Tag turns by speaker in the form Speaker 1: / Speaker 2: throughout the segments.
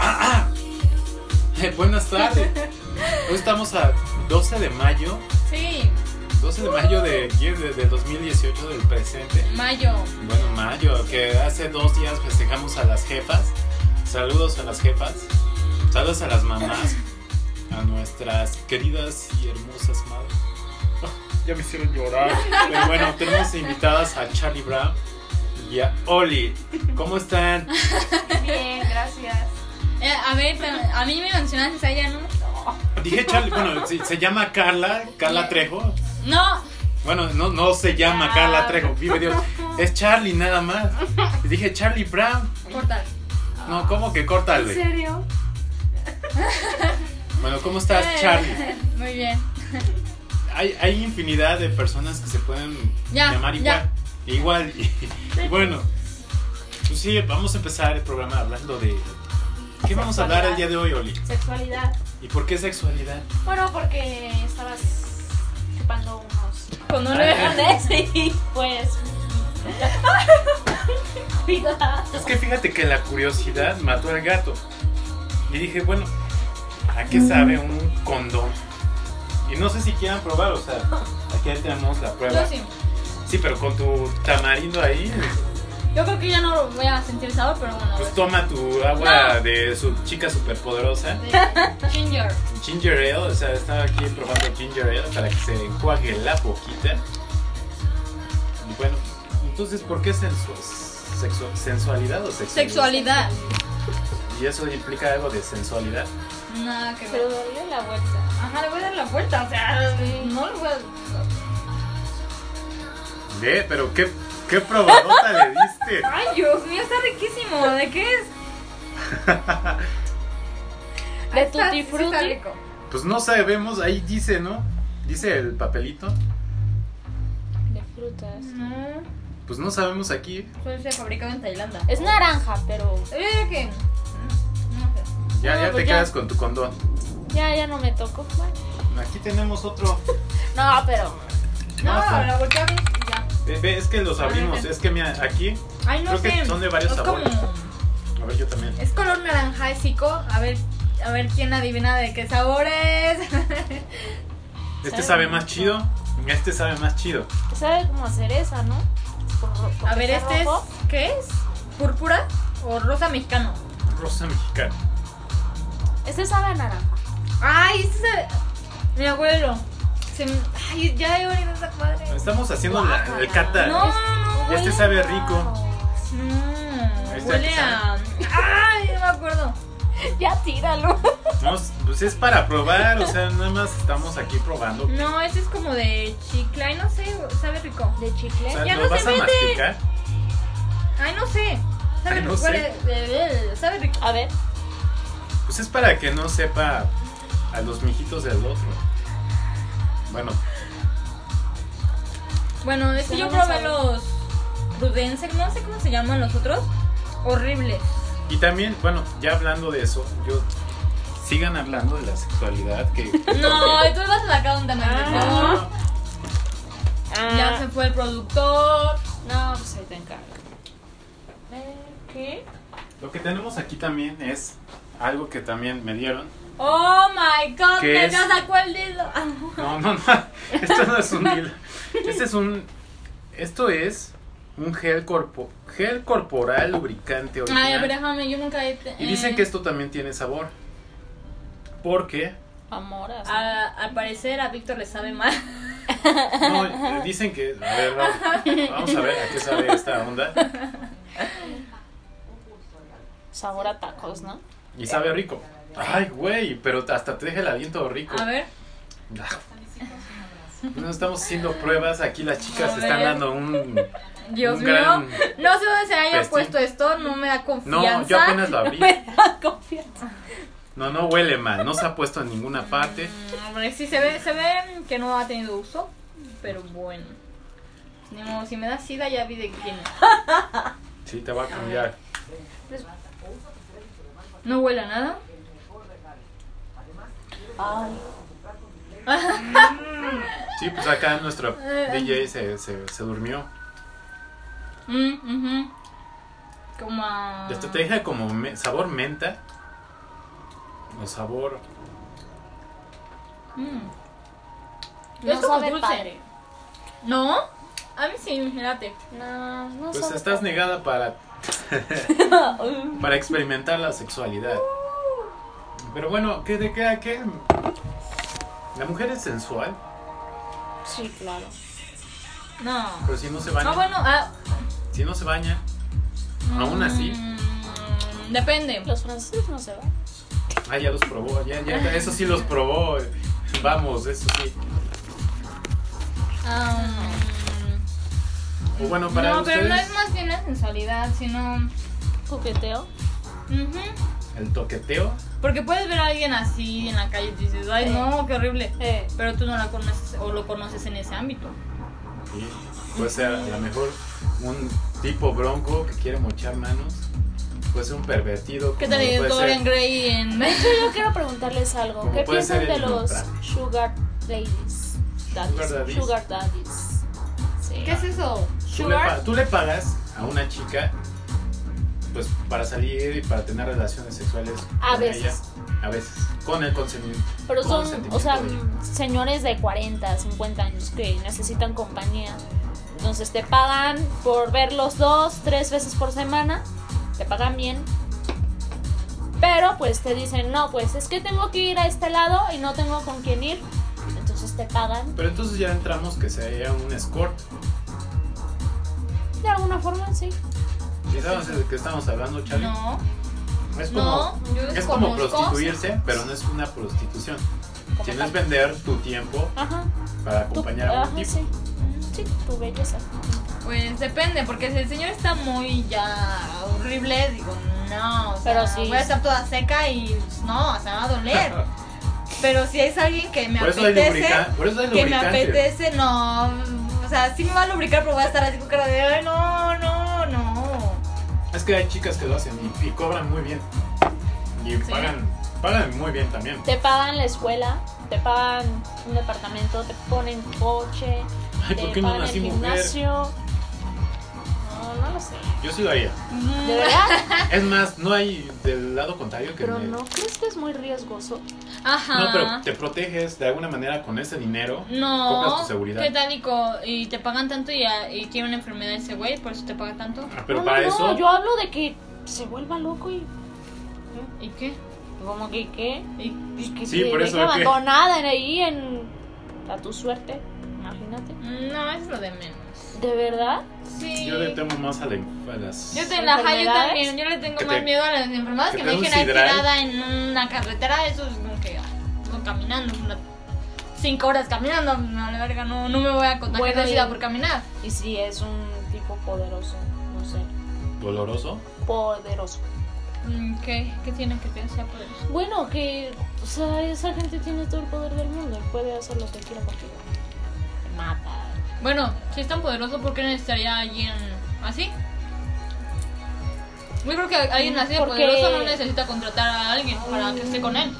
Speaker 1: Ah, sale. Eh, Hoy estamos a 12 de mayo.
Speaker 2: Sí,
Speaker 1: 12 de mayo de, de, de 2018 del presente.
Speaker 2: mayo.
Speaker 1: Bueno, mayo, que hace dos días festejamos a las jefas. Saludos a las jefas. Saludos a las mamás. A nuestras queridas y hermosas madres. ya me hicieron llorar. Pero bueno, tenemos invitadas a Charlie Brown y a Oli. ¿Cómo están?
Speaker 3: Bien, gracias.
Speaker 2: Eh, a ver, pero a mí me mencionaste a ella, ¿no?
Speaker 1: Dije Charlie, bueno, se, se llama Carla, Carla Trejo.
Speaker 2: No,
Speaker 1: Bueno, no, no se llama
Speaker 3: Ah.
Speaker 1: Carla Trejo, vive Dios. Es Charlie nada más. Y dije Charlie Brown.
Speaker 2: cortar.
Speaker 1: No, ¿cómo que corta,
Speaker 3: ¿En serio?
Speaker 1: Bueno, ¿cómo estás, Charlie?
Speaker 2: Eh, Muy bien.
Speaker 1: Hay, hay infinidad de personas que se pueden
Speaker 2: Ya,
Speaker 1: llamar igual.
Speaker 2: ya.
Speaker 1: Igual. Y, y bueno, pues sí, vamos a empezar el programa hablando de. ¿Qué vamos a hablar el día de hoy, Oli?
Speaker 3: Sexualidad.
Speaker 1: ¿Y por qué sexualidad?
Speaker 3: Bueno, porque estabas chupando unos.
Speaker 2: Con un holandés y...
Speaker 3: Pues. Cuidado.
Speaker 1: Es que fíjate que la curiosidad mató al gato. Y dije, bueno, ¿a qué sabe un condón? Y no sé si quieran probar, o sea, aquí tenemos la
Speaker 2: Yo
Speaker 1: prueba.
Speaker 2: sí.
Speaker 1: Sí, pero con tu tamarindo ahí,
Speaker 2: Yo creo que ya no voy a sentir sabor, pero bueno.
Speaker 1: pues toma tu agua
Speaker 2: No.
Speaker 1: de su chica superpoderosa.
Speaker 2: de Ginger.
Speaker 1: Ginger ale, o sea, estaba aquí probando ginger ale para que se enjuague la boquita. Y bueno, entonces, ¿por qué sensu- sexu- sensualidad o sexualidad?
Speaker 2: Sexualidad.
Speaker 1: ¿Y eso implica algo de sensualidad?
Speaker 2: Nada que
Speaker 3: Pero
Speaker 2: ver.
Speaker 3: dale la vuelta.
Speaker 2: Ajá, le voy a dar la vuelta, o sea, no le voy a...
Speaker 1: Ve, pero qué, qué probadota le diste.
Speaker 2: Ay, Dios mío, está riquísimo. ¿De qué es?
Speaker 3: De
Speaker 2: Está-
Speaker 3: Tutti
Speaker 2: sí está
Speaker 3: Frutti.
Speaker 2: rico.
Speaker 1: Pues no sabemos, ahí dice, ¿no? Dice el papelito.
Speaker 3: De frutas.
Speaker 2: No,
Speaker 1: Pues no sabemos aquí.
Speaker 2: suele ser fabricado en Tailandia.
Speaker 3: Es naranja, pero. Mm,
Speaker 2: Yo diría que. No sé.
Speaker 1: Ya,
Speaker 3: No,
Speaker 1: ya
Speaker 3: pues
Speaker 1: te
Speaker 3: ya.
Speaker 1: quedas con tu condón.
Speaker 3: Ya, ya no me tocó. bueno.
Speaker 1: Aquí tenemos otro.
Speaker 3: No, pero.
Speaker 2: No,
Speaker 1: No,
Speaker 2: Ah.
Speaker 1: pues-
Speaker 2: la volteé a ver y ya.
Speaker 1: Ve, ve, es que los abrimos. Es que mira, aquí.
Speaker 2: Ay, no
Speaker 1: Creo
Speaker 2: sé.
Speaker 1: que son de varios
Speaker 2: es
Speaker 1: sabores.
Speaker 2: Como,
Speaker 1: A ver, yo también.
Speaker 2: es color naranja, es chico. A ver, a ver quién adivina de qué sabor es.
Speaker 1: Este
Speaker 3: Sabe
Speaker 1: sabe más
Speaker 3: mucho.
Speaker 1: chido. Este sabe más chido.
Speaker 3: Sabe como a cereza, ¿no? Por ro- porque
Speaker 2: a ver,
Speaker 3: está
Speaker 2: este es.
Speaker 3: rojo.
Speaker 2: ¿Qué es? ¿Púrpura o rosa mexicano?
Speaker 1: Rosa mexicana.
Speaker 3: Este sabe a naranja.
Speaker 2: Ay, este es. el- Mi abuelo. Se me- Ay, ya he olido esa madre.
Speaker 1: Estamos haciendo la, el cata.
Speaker 2: No, no, no.
Speaker 1: Este
Speaker 3: huele
Speaker 1: sabe
Speaker 3: a-
Speaker 1: rico.
Speaker 2: No,
Speaker 1: Ahí está,
Speaker 2: huele
Speaker 1: aquí
Speaker 2: a. Ay, no me acuerdo.
Speaker 3: Ya tíralo.
Speaker 1: No, pues es para probar. O sea, nada más estamos aquí probando. O
Speaker 2: No, ese es como de chicle. Ay, no sé, sabe rico.
Speaker 3: De chicle.
Speaker 1: sea,
Speaker 2: Ya
Speaker 1: lo
Speaker 2: no se
Speaker 1: vas a
Speaker 2: mete.
Speaker 1: masticar.
Speaker 2: Ay, no sé. Sabe
Speaker 1: Ay, no
Speaker 2: rico.
Speaker 1: sé.
Speaker 2: huele- eh, eh, Sabe rico.
Speaker 3: A ver.
Speaker 1: Pues es para que no sepa a los mijitos del otro. Bueno,
Speaker 2: Bueno, es que
Speaker 3: Sí,
Speaker 2: yo
Speaker 3: no lo
Speaker 2: probé
Speaker 3: sabe.
Speaker 2: los Prudense, no sé cómo se llaman los otros. Horribles.
Speaker 1: y también, bueno, ya hablando de eso, yo sigan hablando de la sexualidad que
Speaker 2: No, y tú vas a la cagón también.
Speaker 3: Ah.
Speaker 2: ¿no? Ya se fue el productor.
Speaker 3: No, pues ahí te encargo. ¿Qué?
Speaker 1: lo que tenemos aquí también es algo que también me dieron.
Speaker 2: Oh my god,
Speaker 1: ¿Qué
Speaker 2: me
Speaker 1: es?
Speaker 2: sacó el dedo.
Speaker 3: Ah.
Speaker 1: No, no, no. Esto no es un deal. Este es un esto es un gel corpo, gel corporal lubricante original.
Speaker 2: Ay, a ver, déjame, yo nunca he. te-
Speaker 1: y dicen
Speaker 2: eh,
Speaker 1: que esto también tiene sabor. Porque
Speaker 3: Amoras.
Speaker 2: a- al parecer a Víctor le sabe mal.
Speaker 1: No, eh, dicen que. A ver, Raúl, vamos a ver a qué sabe esta onda.
Speaker 3: Sabor a tacos, ¿no?
Speaker 1: Y sabe rico. Ay, güey, pero hasta te deja el aliento rico.
Speaker 2: A ver.
Speaker 1: No estamos haciendo pruebas. Aquí las chicas
Speaker 2: A
Speaker 1: están
Speaker 2: ver.
Speaker 1: dando un.
Speaker 2: Dios
Speaker 1: Un
Speaker 2: mío,
Speaker 1: gran
Speaker 2: no sé dónde se haya
Speaker 1: festín.
Speaker 2: puesto esto, no me da confianza.
Speaker 1: No, yo apenas lo abrí.
Speaker 3: Confianza.
Speaker 1: No, no huele mal. No se ha puesto en ninguna parte.
Speaker 2: Mm, hombre, sí se ve, se ve que no ha tenido uso, pero bueno. Ni modo, si me da sida ya vi de quién.
Speaker 1: Sí, te va a cambiar.
Speaker 2: No huele a nada.
Speaker 3: Ay.
Speaker 1: Sí, pues acá nuestro
Speaker 2: Eh.
Speaker 1: DJ se, se, se durmió.
Speaker 2: Mm, ujú. Como a...
Speaker 1: Esto te deja como me- sabor menta. O sabor.
Speaker 2: Mm.
Speaker 3: No
Speaker 2: es como
Speaker 3: sabe
Speaker 2: dulce.
Speaker 3: padre.
Speaker 2: No, a mí sí, me late.
Speaker 3: No, no
Speaker 1: Pues
Speaker 3: sabe
Speaker 1: estás
Speaker 3: padre.
Speaker 1: negada para, para experimentar la sexualidad. Pero bueno, ¿qué de qué a qué? La mujer es sensual,
Speaker 3: sí, claro.
Speaker 2: No.
Speaker 1: pero si no se baña,
Speaker 2: Ah, bueno, ah,
Speaker 1: si no se baña, aún así,
Speaker 2: mm, depende.
Speaker 3: Los franceses no se van.
Speaker 1: ah, ya los probó, ya, ya, eso sí los probó. eh. Vamos, eso sí.
Speaker 2: Ah,
Speaker 1: O bueno,
Speaker 2: mm,
Speaker 1: para
Speaker 2: no,
Speaker 1: ustedes,
Speaker 2: pero no es más bien la sensualidad, sino.
Speaker 3: Coqueteo.
Speaker 2: ujú,
Speaker 1: el toqueteo.
Speaker 2: Porque puedes ver a alguien así en la calle y dices, ay, no, qué horrible.
Speaker 3: Eh,
Speaker 2: Pero tú no la conoces o lo conoces en ese ámbito.
Speaker 1: Sí, puede ser a lo mejor un tipo bronco que quiere mochar manos. Puede ser un pervertido.
Speaker 2: ¿Qué
Speaker 1: como
Speaker 2: tal
Speaker 1: puede
Speaker 2: Dorian
Speaker 1: ser-
Speaker 2: Gray en
Speaker 3: de hecho, yo quiero preguntarles algo.
Speaker 1: Como
Speaker 3: ¿Qué
Speaker 1: puede
Speaker 3: piensan
Speaker 1: ser
Speaker 3: de
Speaker 1: el
Speaker 3: los
Speaker 1: ultra.
Speaker 3: sugar daddies?
Speaker 1: Sugar daddies.
Speaker 3: Sugar daddies. Sí.
Speaker 2: ¿Qué es eso?
Speaker 1: Tú le, pa-
Speaker 2: ¿Sugar?
Speaker 1: tú le pagas a una chica pues para salir y para tener relaciones sexuales
Speaker 3: A
Speaker 1: con
Speaker 3: veces.
Speaker 1: ella, a veces, con el consentimiento.
Speaker 3: Pero
Speaker 1: con
Speaker 3: son,
Speaker 1: consentimiento
Speaker 3: o sea,
Speaker 1: de ella.
Speaker 3: señores de 40, 50 años que necesitan compañía. Entonces te pagan por verlos dos, tres veces por semana. Te pagan bien. Pero pues te dicen, no, pues es que tengo que ir a este lado y no tengo con quién ir. Entonces te pagan.
Speaker 1: Pero entonces ya entramos que sería un escort.
Speaker 3: De alguna forma, sí.
Speaker 1: ¿Sí sabes de qué estamos hablando, Charlie?
Speaker 2: No,
Speaker 1: es como,
Speaker 2: no, yo
Speaker 1: es como
Speaker 2: desconozco.
Speaker 1: prostituirse, pero no es una prostitución.
Speaker 3: Como
Speaker 1: Sino es
Speaker 3: tal.
Speaker 1: vender tu tiempo
Speaker 3: Ajá.
Speaker 1: para
Speaker 3: Tu,
Speaker 1: acompañar a
Speaker 3: ajá,
Speaker 1: un tipo.
Speaker 3: sí. Mm, Sí, tu belleza.
Speaker 2: Pues depende, porque si el señor está muy ya horrible, digo, no, o
Speaker 3: Pero
Speaker 2: sea,
Speaker 3: sí.
Speaker 2: voy a estar toda seca y pues, no, o sea, me va a doler. Pero si es alguien que me
Speaker 1: por, eso hay
Speaker 2: apetece,
Speaker 1: lubrica- por eso hay
Speaker 2: que me
Speaker 1: lubricante.
Speaker 2: apetece, no, o sea, sí me va a lubricar, pero voy a estar así con cara de, ay, no, no, no.
Speaker 1: Es que hay chicas que lo hacen y, y cobran muy bien. Y pagan, pagan muy bien también.
Speaker 3: Te pagan la escuela, te pagan un departamento, te ponen coche,
Speaker 1: Ay, ¿por
Speaker 3: te
Speaker 1: qué no
Speaker 3: pagan el
Speaker 1: nací mujer?
Speaker 3: gimnasio. No, no lo sé.
Speaker 1: Yo sí lo haría.
Speaker 2: Ah,
Speaker 3: ¿De verdad?
Speaker 1: Es más, no hay del lado contrario que
Speaker 3: Pero
Speaker 1: me-
Speaker 3: no Ah. crees que es muy riesgoso.
Speaker 2: Ajá.
Speaker 1: No, pero te proteges de alguna manera con ese dinero. Compras
Speaker 2: No,
Speaker 1: tu seguridad.
Speaker 2: ¿qué tal y, co- y te pagan tanto y, a- y tiene una enfermedad ese güey, por eso te paga tanto?
Speaker 1: Ah, Pero
Speaker 3: No, no,
Speaker 1: para
Speaker 3: no,
Speaker 1: eso,
Speaker 3: yo hablo de que se vuelva loco y.
Speaker 2: ¿Y qué?
Speaker 3: Como que qué?
Speaker 2: ¿Y, y-
Speaker 3: Que
Speaker 1: Sí,
Speaker 3: te
Speaker 1: por
Speaker 3: deje
Speaker 1: eso, ¿qué?
Speaker 3: abandonada en ahí en. a tu suerte, imagínate.
Speaker 2: No, es lo de menos.
Speaker 3: ¿De verdad?
Speaker 2: Sí.
Speaker 1: yo le temo más a, la- a las.
Speaker 2: Yo te la yo
Speaker 3: ¿Enfermedades?
Speaker 2: también, yo le tengo
Speaker 1: Que
Speaker 2: más
Speaker 1: te-
Speaker 2: miedo a las enfermedades que,
Speaker 1: que te
Speaker 2: me
Speaker 1: dé un
Speaker 2: dejen ahí
Speaker 1: sidral.
Speaker 2: tirada en una carretera, eso es como que ah, no, caminando, una- cinco horas caminando, no, la verga, no, no me voy a contagiar
Speaker 3: Bueno,
Speaker 2: de
Speaker 3: y-
Speaker 2: sida por caminar.
Speaker 3: Y si es un tipo poderoso, no sé.
Speaker 1: Doloroso.
Speaker 3: Poderoso.
Speaker 2: Mm, ¿Qué, ¿Qué tiene que pensar por eso?
Speaker 3: Bueno, que. O sea, esa gente tiene todo el poder del mundo. y Puede hacer lo que quiera contigo. Te mata.
Speaker 2: Bueno, si es tan poderoso, ¿por qué necesitaría a alguien así? Yo creo que alguien así de
Speaker 3: Porque-
Speaker 2: poderoso no necesita contratar a alguien para que esté con él.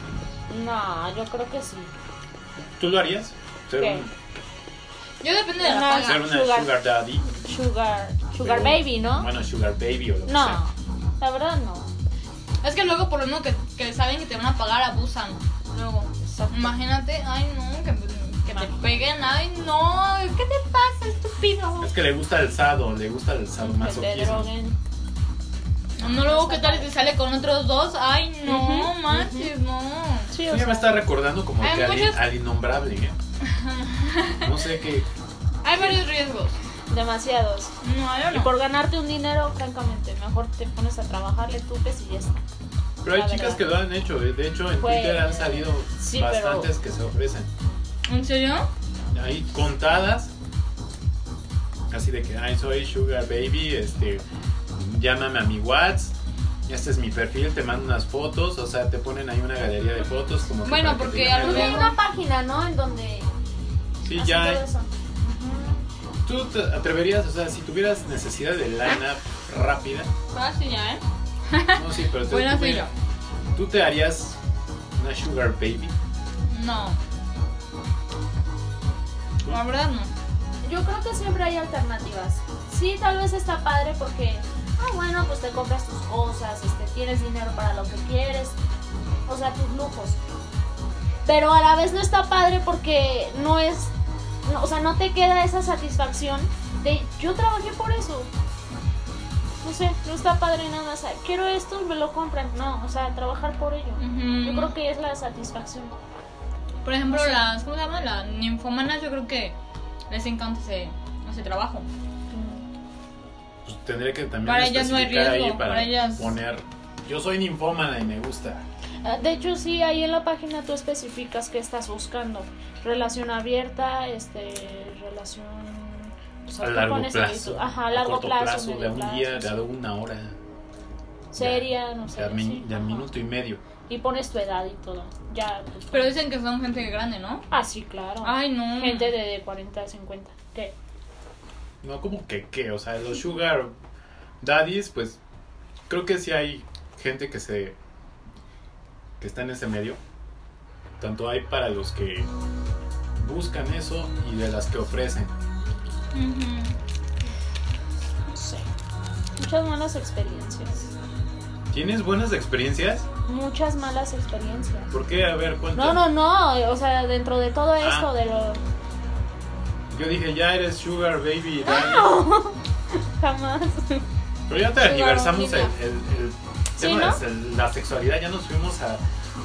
Speaker 3: No, yo creo que sí.
Speaker 1: ¿Tú lo harías? Ser,
Speaker 3: ¿Qué?
Speaker 1: un-
Speaker 2: Yo depende de la
Speaker 3: Una-
Speaker 2: paga.
Speaker 1: ser una sugar,
Speaker 3: Sugar.
Speaker 1: daddy.
Speaker 3: Sugar. Sugar
Speaker 1: pero-
Speaker 3: baby, ¿no?
Speaker 1: Bueno, sugar baby o lo que sea.
Speaker 3: No, la verdad no.
Speaker 2: Es que luego por lo mismo que, que saben que te van a pagar abusan. Luego,
Speaker 3: Exacto.
Speaker 2: imagínate, ay no, que, que te peguen, ay no, ¿qué te pasa, estúpido?
Speaker 1: Es que le gusta el sado, le gusta el sado más
Speaker 3: Que te droguen.
Speaker 2: No, luego qué tal si sale con otros dos, ay no,
Speaker 3: Ujú,
Speaker 2: manches, no.
Speaker 3: Sí,
Speaker 1: Sí,
Speaker 3: o
Speaker 1: me
Speaker 3: sea,
Speaker 1: está recordando como
Speaker 2: Hay
Speaker 1: que al,
Speaker 2: muchos-
Speaker 1: al innombrable, ¿eh? No sé qué.
Speaker 2: Hay varios riesgos.
Speaker 3: demasiados.
Speaker 2: No, yo
Speaker 3: Y
Speaker 2: no.
Speaker 3: por ganarte un dinero, francamente, mejor te pones a trabajar, le tupes y ya está.
Speaker 1: Pero hay
Speaker 3: La
Speaker 1: chicas
Speaker 3: verdad.
Speaker 1: que lo han hecho, ¿eh? de hecho en
Speaker 3: Pues,
Speaker 1: Twitter han salido
Speaker 3: sí, pero-
Speaker 1: bastantes que se ofrecen.
Speaker 2: ¿En serio?
Speaker 1: Ahí contadas, así de que, ay, soy Sugar Baby, este, llámame a mi WhatsApp. Este es mi perfil, te mando unas fotos, o sea, te ponen ahí una galería de fotos como que
Speaker 2: Bueno,
Speaker 1: para que
Speaker 2: porque
Speaker 1: te
Speaker 2: a
Speaker 3: Pues
Speaker 1: llamen.
Speaker 2: lo
Speaker 3: hay una página, ¿no? En donde.
Speaker 1: Sí,
Speaker 3: hacen
Speaker 1: ya hay.
Speaker 3: todo eso.
Speaker 1: ¿Tú te atreverías, o sea, si tuvieras necesidad de lana rápida?
Speaker 2: Fácil ya, ¿eh?
Speaker 1: No, sí, pero te
Speaker 2: Buena
Speaker 1: tú, me-
Speaker 2: fila.
Speaker 1: ¿Tú te harías una Sugar Baby?
Speaker 2: No. La verdad no.
Speaker 3: Yo creo que siempre hay alternativas. Sí, tal vez está padre porque, ah, bueno, pues te compras tus cosas, este, tienes dinero para lo que quieres, o sea, tus lujos. Pero a la vez no está padre porque no es. no, o sea, no te queda esa satisfacción de yo trabajé por eso. No sé, no está padre nada más. o sea, Quiero esto, me lo compran. No, o sea, trabajar por ello. Yo creo que es la satisfacción.
Speaker 2: Por ejemplo, las, ¿cómo se llama? Las ninfomanas, yo creo que les encanta ese, ese trabajo.
Speaker 1: Pues tendría que también
Speaker 2: Para ellas no hay
Speaker 1: especificar
Speaker 2: riesgo,
Speaker 1: ahí para,
Speaker 2: para ellas-
Speaker 1: poner. Yo soy ninfómana y me gusta.
Speaker 3: Ah, De hecho, sí, ahí en la página tú especificas qué estás buscando. Relación abierta, este, relación... pues,
Speaker 1: A
Speaker 3: tú
Speaker 1: largo
Speaker 3: pones ahí
Speaker 1: plazo.
Speaker 3: tu- Ajá, a largo
Speaker 1: corto
Speaker 3: plazo,
Speaker 1: de
Speaker 3: medio
Speaker 1: un día,
Speaker 3: plazo,
Speaker 1: de una hora.
Speaker 3: Seria, no
Speaker 1: De
Speaker 3: sé.
Speaker 1: a, min-
Speaker 3: sí,
Speaker 1: de a
Speaker 3: ajá.
Speaker 1: minuto y medio.
Speaker 3: Y pones tu edad y todo. Ya. pues,
Speaker 2: Pero dicen que son gente grande, ¿no?
Speaker 3: Ah, sí, claro.
Speaker 2: Ay, no.
Speaker 3: Gente de, de 40 a 50. ¿Qué?
Speaker 1: No, como que qué, o sea, los sugar daddies, pues creo que sí hay gente que se que está en ese medio. Tanto hay para los que buscan eso y de las que ofrecen.
Speaker 2: Ujú.
Speaker 3: No sé. Muchas malas experiencias.
Speaker 1: ¿Tienes buenas experiencias?
Speaker 3: Muchas malas experiencias.
Speaker 1: ¿Por qué? A ver, cuánto
Speaker 3: No, no, no. O sea, dentro de todo
Speaker 1: Ah.
Speaker 3: esto, de lo...
Speaker 1: Yo dije, ya eres sugar baby daddy.
Speaker 3: Jamás.
Speaker 1: Pero ya tergiversamos el,
Speaker 2: Sugar
Speaker 1: el, el
Speaker 3: Sí,
Speaker 1: tema
Speaker 3: ¿no?
Speaker 1: es el- la sexualidad, ya nos fuimos a,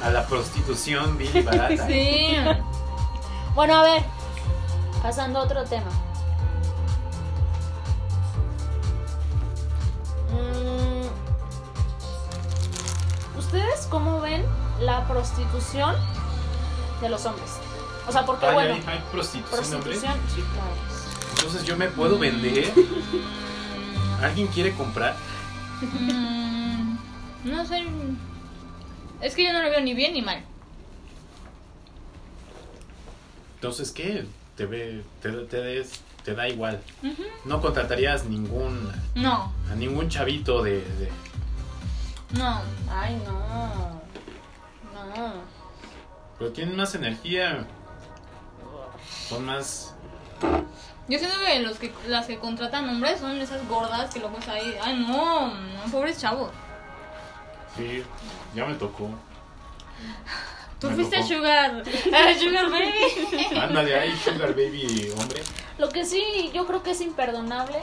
Speaker 1: a la prostitución vil y barata.
Speaker 2: Sí.
Speaker 3: Bueno, a ver, pasando a otro tema. Mm, ¿Ustedes cómo ven la prostitución de los hombres? O sea, porque
Speaker 1: Ah, ya
Speaker 3: bueno,
Speaker 1: dije, hay prostitución, de hombres.
Speaker 3: prostitución, sí, claro.
Speaker 1: Entonces yo me puedo vender. ¿Alguien quiere comprar?
Speaker 2: Mm, no sé. Es que yo no lo veo ni bien ni mal.
Speaker 1: Entonces, ¿qué? Te, ve, te, te des- te da igual. No contratarías ningún,
Speaker 2: No,
Speaker 1: a ningún chavito de, de-
Speaker 2: no.
Speaker 3: Ay, no. No.
Speaker 1: Pero tienen más energía. Son más...
Speaker 2: Yo siento que, los que las que contratan hombres son esas gordas que luego es ahí. Ay, no, no, pobres chavos.
Speaker 1: Sí, ya me tocó.
Speaker 2: Tú
Speaker 1: Me
Speaker 2: fuiste
Speaker 1: tocó.
Speaker 2: Sugar. eh, Sugar Baby.
Speaker 1: Ándale, ahí Sugar Baby, hombre.
Speaker 3: Lo que sí, yo creo que es imperdonable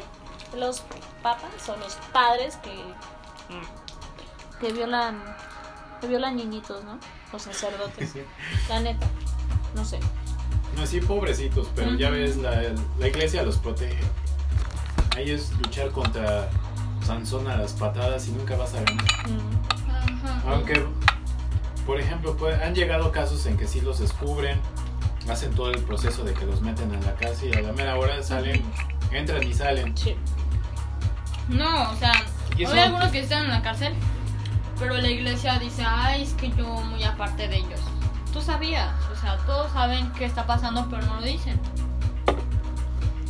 Speaker 3: los papas o los padres que que violan que violan niñitos, ¿no? Los sacerdotes. La neta, no sé.
Speaker 1: No, sí, pobrecitos, pero ya ves, la, la iglesia los protege. Ahí es luchar contra Sansón a las patadas y nunca vas a ganar.
Speaker 3: Mm.
Speaker 2: Ajá.
Speaker 1: Aunque, por ejemplo, pues, han llegado casos en que sí los descubren, hacen todo el proceso de que los meten a la casa y a la mera hora salen, entran y salen.
Speaker 3: Sí.
Speaker 2: No, o sea,
Speaker 1: ¿Y eso?
Speaker 2: hay algunos que están en la cárcel, pero la iglesia dice, ay, es que yo muy aparte de ellos. Tú sabías, o sea, todos saben qué está pasando, pero no lo dicen.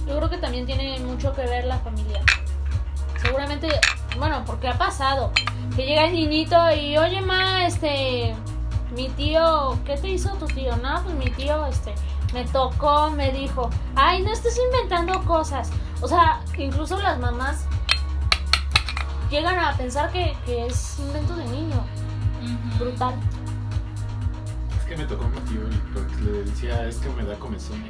Speaker 3: Yo creo que también tiene mucho que ver la familia. Seguramente, bueno, porque ha pasado que llega el niñito y oye ma, este, mi tío, ¿qué te hizo tu tío? No, pues mi tío, este, me tocó, me dijo, ay, no estés inventando cosas. O sea, incluso las mamás llegan a pensar que, que es invento de niño.
Speaker 2: Ujú.
Speaker 3: Brutal.
Speaker 1: Es que me tocó mi tío y pues, le decía, es que me da comezón.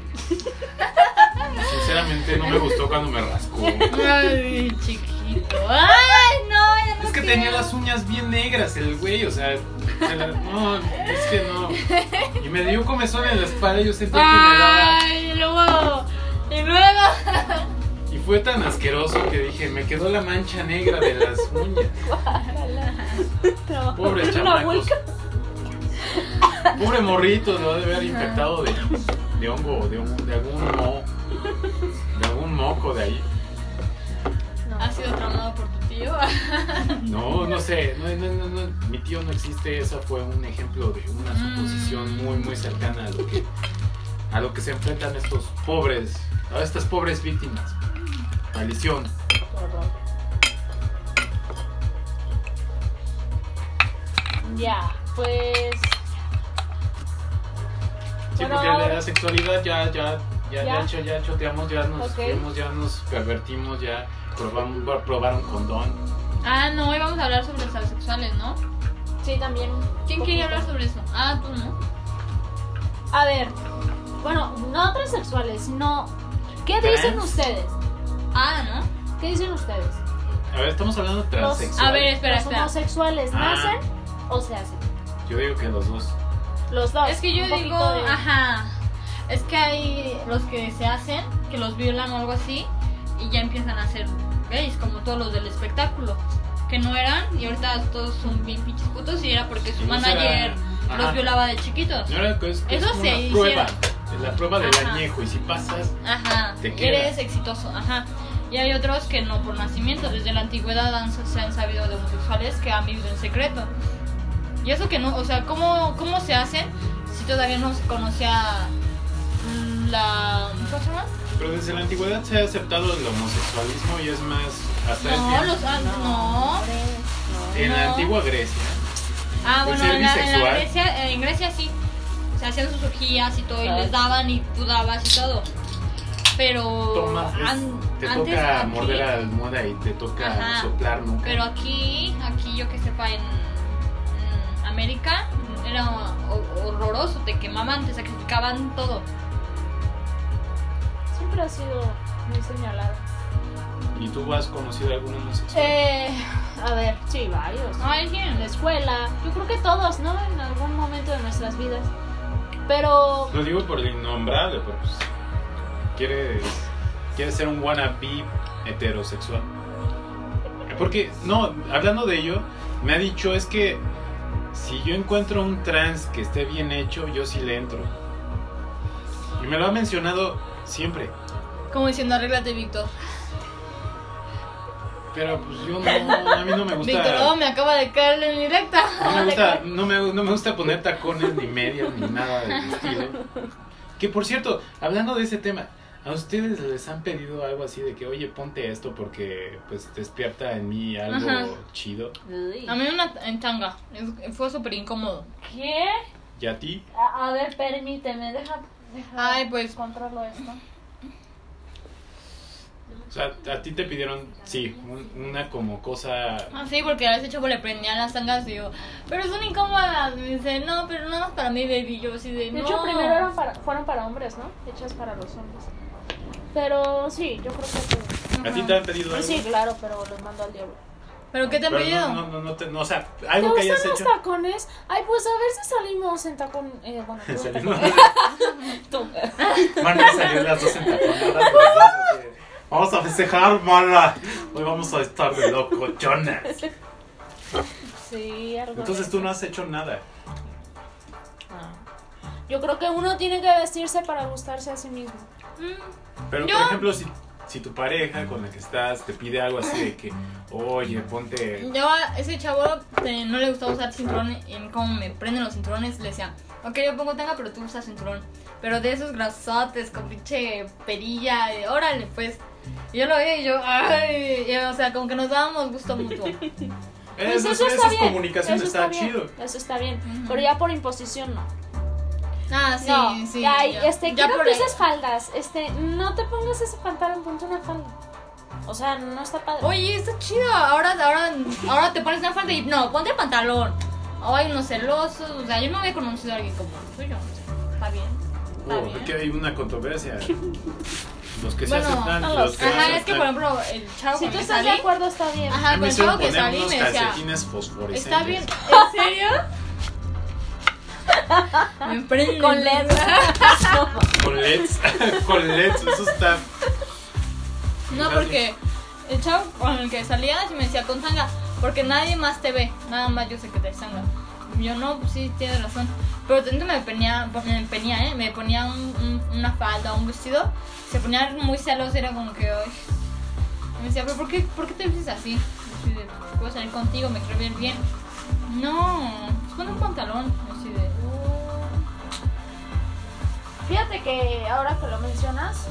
Speaker 1: Sinceramente no me gustó cuando me rascó.
Speaker 2: Ay, chiquito. Ay, no, ya no
Speaker 1: Es que
Speaker 2: quiero.
Speaker 1: tenía las uñas bien negras el güey, o sea, se la- no, es que no. Y me dio comezón en la espalda, yo sentí que me daba...
Speaker 2: Ay, y luego. Y luego.
Speaker 1: Y fue tan asqueroso que dije, me quedó la mancha negra de las uñas. Pobre
Speaker 3: Una
Speaker 1: chamacos.
Speaker 3: vuelca.
Speaker 1: Pobre morrito, lo ha de haber infectado de, de hongo, de, un- de algún mo, de algún moco de ahí.
Speaker 3: No.
Speaker 2: ¿Has sido traumado por tu tío?
Speaker 1: No, no sé, no, no, no, no, mi tío no existe, esa fue un ejemplo de una
Speaker 2: Mm.
Speaker 1: suposición muy, muy cercana a lo que, a lo que se enfrentan estos pobres, a estas pobres víctimas. Maldición.
Speaker 3: Ya, pues.
Speaker 1: Sí,
Speaker 3: Bueno,
Speaker 1: porque la, la sexualidad ya, ya, ya,
Speaker 3: Ya.
Speaker 1: ya, cho- ya choteamos, ya nos
Speaker 3: Ok.
Speaker 1: fuimos, ya nos pervertimos, ya probamos, va- probaron condón.
Speaker 2: ah, no, hoy vamos a hablar sobre los asexuales, ¿no?
Speaker 3: Sí, también.
Speaker 2: ¿Quién
Speaker 3: Un
Speaker 2: quería
Speaker 3: poquito.
Speaker 2: hablar sobre eso? Ah, tú no.
Speaker 3: A ver, bueno, no transexuales, no. ¿Qué
Speaker 1: Trans.
Speaker 3: dicen ustedes?
Speaker 2: Ah, ¿no?
Speaker 3: ¿Qué dicen ustedes?
Speaker 1: A ver, estamos hablando de transexual.
Speaker 2: A ver, espera,
Speaker 3: ¿Los
Speaker 2: espera.
Speaker 3: homosexuales
Speaker 1: Ah.
Speaker 3: nacen o se hacen?
Speaker 1: Yo digo que los dos.
Speaker 3: Los dos.
Speaker 2: Es que yo
Speaker 3: un poquito
Speaker 2: digo,
Speaker 3: de-
Speaker 2: ajá, es que hay los que se hacen, que los violan o algo así, y ya empiezan a ser gays, como todos los del espectáculo, que no eran, y ahorita todos son bien pinches putos, y era porque su
Speaker 1: Y no será-
Speaker 2: manager
Speaker 1: ajá.
Speaker 2: los violaba de chiquitos.
Speaker 1: No era que es, que
Speaker 2: Eso
Speaker 1: es una
Speaker 2: se
Speaker 1: prueba.
Speaker 2: hicieron.
Speaker 1: Es la prueba del
Speaker 2: Ajá.
Speaker 1: añejo. Y si pasas,
Speaker 2: Ajá,
Speaker 1: Te queda.
Speaker 2: eres exitoso, ajá. Y hay otros que no por nacimiento, desde la antigüedad han- se han sabido de homosexuales que han vivido en secreto. Y eso que no, o sea, ¿cómo, cómo se hacen si todavía no se conocía la... ¿Cómo se llama?
Speaker 1: pero desde la antigüedad se ha aceptado el homosexualismo y es más hasta el
Speaker 2: No,
Speaker 1: día-
Speaker 2: los... ah, No.
Speaker 1: en la
Speaker 2: no.
Speaker 1: antigua Grecia.
Speaker 2: Ah,
Speaker 1: ¿El
Speaker 2: bueno,
Speaker 1: ser
Speaker 2: en, la- en la
Speaker 1: bisexual?
Speaker 2: Grecia, en Grecia sí. Se hacían sus orgías y todo, y
Speaker 3: Ah.
Speaker 2: les daban y tú dabas y todo. Pero...
Speaker 1: Tomas, es-
Speaker 2: an-
Speaker 1: te
Speaker 2: antes
Speaker 1: toca
Speaker 2: aquí-
Speaker 1: morder a la almohada y te toca
Speaker 2: Ajá.
Speaker 1: soplar nunca.
Speaker 2: Pero aquí, aquí yo que sepa, en, en América era ho- horroroso, te quemaban, te sacrificaban todo.
Speaker 3: Siempre ha sido muy señalado.
Speaker 1: ¿Y tú has conocido a algún homosexual?
Speaker 3: Eh, a ver, sí, varios.
Speaker 2: No hay quien
Speaker 3: En la escuela, yo creo que todos, ¿no? En algún momento de nuestras vidas. Pero
Speaker 1: Lo digo por lo innombrable, pero pues, quieres, quieres ser un wannabe heterosexual. Porque, no, hablando de ello, me ha dicho es que si yo encuentro un trans que esté bien hecho, yo sí le entro. Y me lo ha mencionado siempre.
Speaker 2: Como diciendo, arréglate, Víctor.
Speaker 1: Pero pues yo no, a mí no me
Speaker 2: Víctor, oh,
Speaker 1: gusta.
Speaker 2: me acaba de caer en directa.
Speaker 1: No me gusta, no me, no me gusta poner tacones ni medias ni nada de estilo. Que por cierto, hablando de ese tema, ¿a ustedes les han pedido algo así de que, oye, ponte esto porque pues despierta en mí algo
Speaker 2: Ajá.
Speaker 1: chido?
Speaker 3: Uy.
Speaker 2: A mí una en tanga, es- fue súper incómodo.
Speaker 3: ¿Qué?
Speaker 1: ¿Y a ti?
Speaker 3: A, a ver, permíteme, deja, deja
Speaker 2: Ay, pues,
Speaker 3: controlo esto.
Speaker 1: O sea, a ti te pidieron, sí, un- una como cosa...
Speaker 2: Ah, sí, porque a ese chavo le prendían las tangas y yo, pero son incómodas. Me dice, no, pero nada más para mí, baby. Yo así de,
Speaker 3: De
Speaker 2: no.
Speaker 3: hecho, primero eran para, fueron para hombres, ¿no? Hechas para los hombres. Pero sí, yo creo que sí.
Speaker 1: ¿A ti te han pedido algo?
Speaker 3: Ah, Sí, claro, pero los mando al diablo.
Speaker 2: ¿Pero Pues qué te han
Speaker 1: Pero
Speaker 2: pedido?
Speaker 1: No, no, no, no, te- no, o sea,
Speaker 3: ¿Te
Speaker 1: algo que hayas
Speaker 3: gustan los
Speaker 1: hecho...
Speaker 3: tacones? Ay, pues a ver si salimos en tacón. Eh, bueno, tú en
Speaker 1: Salimos.
Speaker 3: tacón.
Speaker 1: Van a salir las dos entaconadas, las dos así de, Vamos a festejar, mana. Hoy vamos a estar de locochonas.
Speaker 3: Sí, algo.
Speaker 1: Entonces tú no has hecho nada.
Speaker 3: Ah. Yo creo que uno tiene que vestirse para gustarse a sí mismo.
Speaker 2: Mm.
Speaker 1: Pero,
Speaker 2: Yo-
Speaker 1: por ejemplo, si, si tu pareja con la que estás te pide algo así de que, oye, ponte.
Speaker 2: Yo a ese chavo eh, no le gustaba usar cinturón en cómo me prenden los cinturones. Le decía, ok, yo pongo tanga, pero tú usas cinturón. Pero de esos grasotes con pinche perilla, eh, órale, pues. Y yo lo veía y yo, ay, y, o sea, como que nos dábamos gusto mutuo.
Speaker 1: Eh,
Speaker 3: Pues
Speaker 1: no
Speaker 3: eso
Speaker 1: sé,
Speaker 3: está
Speaker 1: esa es
Speaker 3: bien,
Speaker 1: comunicación
Speaker 3: eso
Speaker 1: está,
Speaker 3: bien,
Speaker 1: chido.
Speaker 3: Eso está bien.
Speaker 2: Ujú.
Speaker 3: Pero ya por imposición no.
Speaker 2: Ah, sí,
Speaker 3: no.
Speaker 2: sí.
Speaker 3: Ay,
Speaker 2: ya.
Speaker 3: este,
Speaker 2: Ya
Speaker 3: quiero
Speaker 2: por
Speaker 3: que
Speaker 2: ahí.
Speaker 3: uses faldas. Este, no te pongas ese pantalón, ponte una falda. O sea, no está padre.
Speaker 2: Oye, está chido. Ahora, ahora, ahora te pones una falda y no, ponte el pantalón. O hay unos celosos. O sea, yo no había conocido a alguien como el tuyo. o sea, Está bien. Está
Speaker 1: Oh,
Speaker 2: bien.
Speaker 1: que hay una controversia. Los que se
Speaker 2: Bueno,
Speaker 1: aceptan,
Speaker 3: a
Speaker 1: los,
Speaker 3: los-
Speaker 1: que no
Speaker 2: Ajá, es que por
Speaker 1: aceptan.
Speaker 2: ejemplo, el chavo con
Speaker 3: si tú
Speaker 2: el que
Speaker 3: estás de
Speaker 2: salí-
Speaker 3: acuerdo, está bien.
Speaker 2: Ajá,
Speaker 1: Ya me
Speaker 2: con el
Speaker 1: hicieron
Speaker 2: chavo que
Speaker 1: poner
Speaker 2: salí
Speaker 1: unos
Speaker 2: me decía,
Speaker 1: calcetines fosforescentes.
Speaker 2: está bien, ¿en serio? me prenden.
Speaker 3: Con leds.
Speaker 1: Con LEDs. con LEDs, eso está.
Speaker 2: No, porque el chavo con el que salía sí me decía con tanga, porque nadie más te ve, nada más yo sé que te sanga. Yo no, pues sí, tienes razón. Pero tanto me ponía, me ponía, ¿eh? me ponía un- un- una falda, un vestido, se ponía muy celoso, era como que hoy. Me decía, pero ¿por qué, por qué te vistes así? Yo así de, puedo salir contigo, me quiero ver bien. No, pues ponte un pantalón. Yo así de,
Speaker 3: Fíjate que ahora que lo mencionas,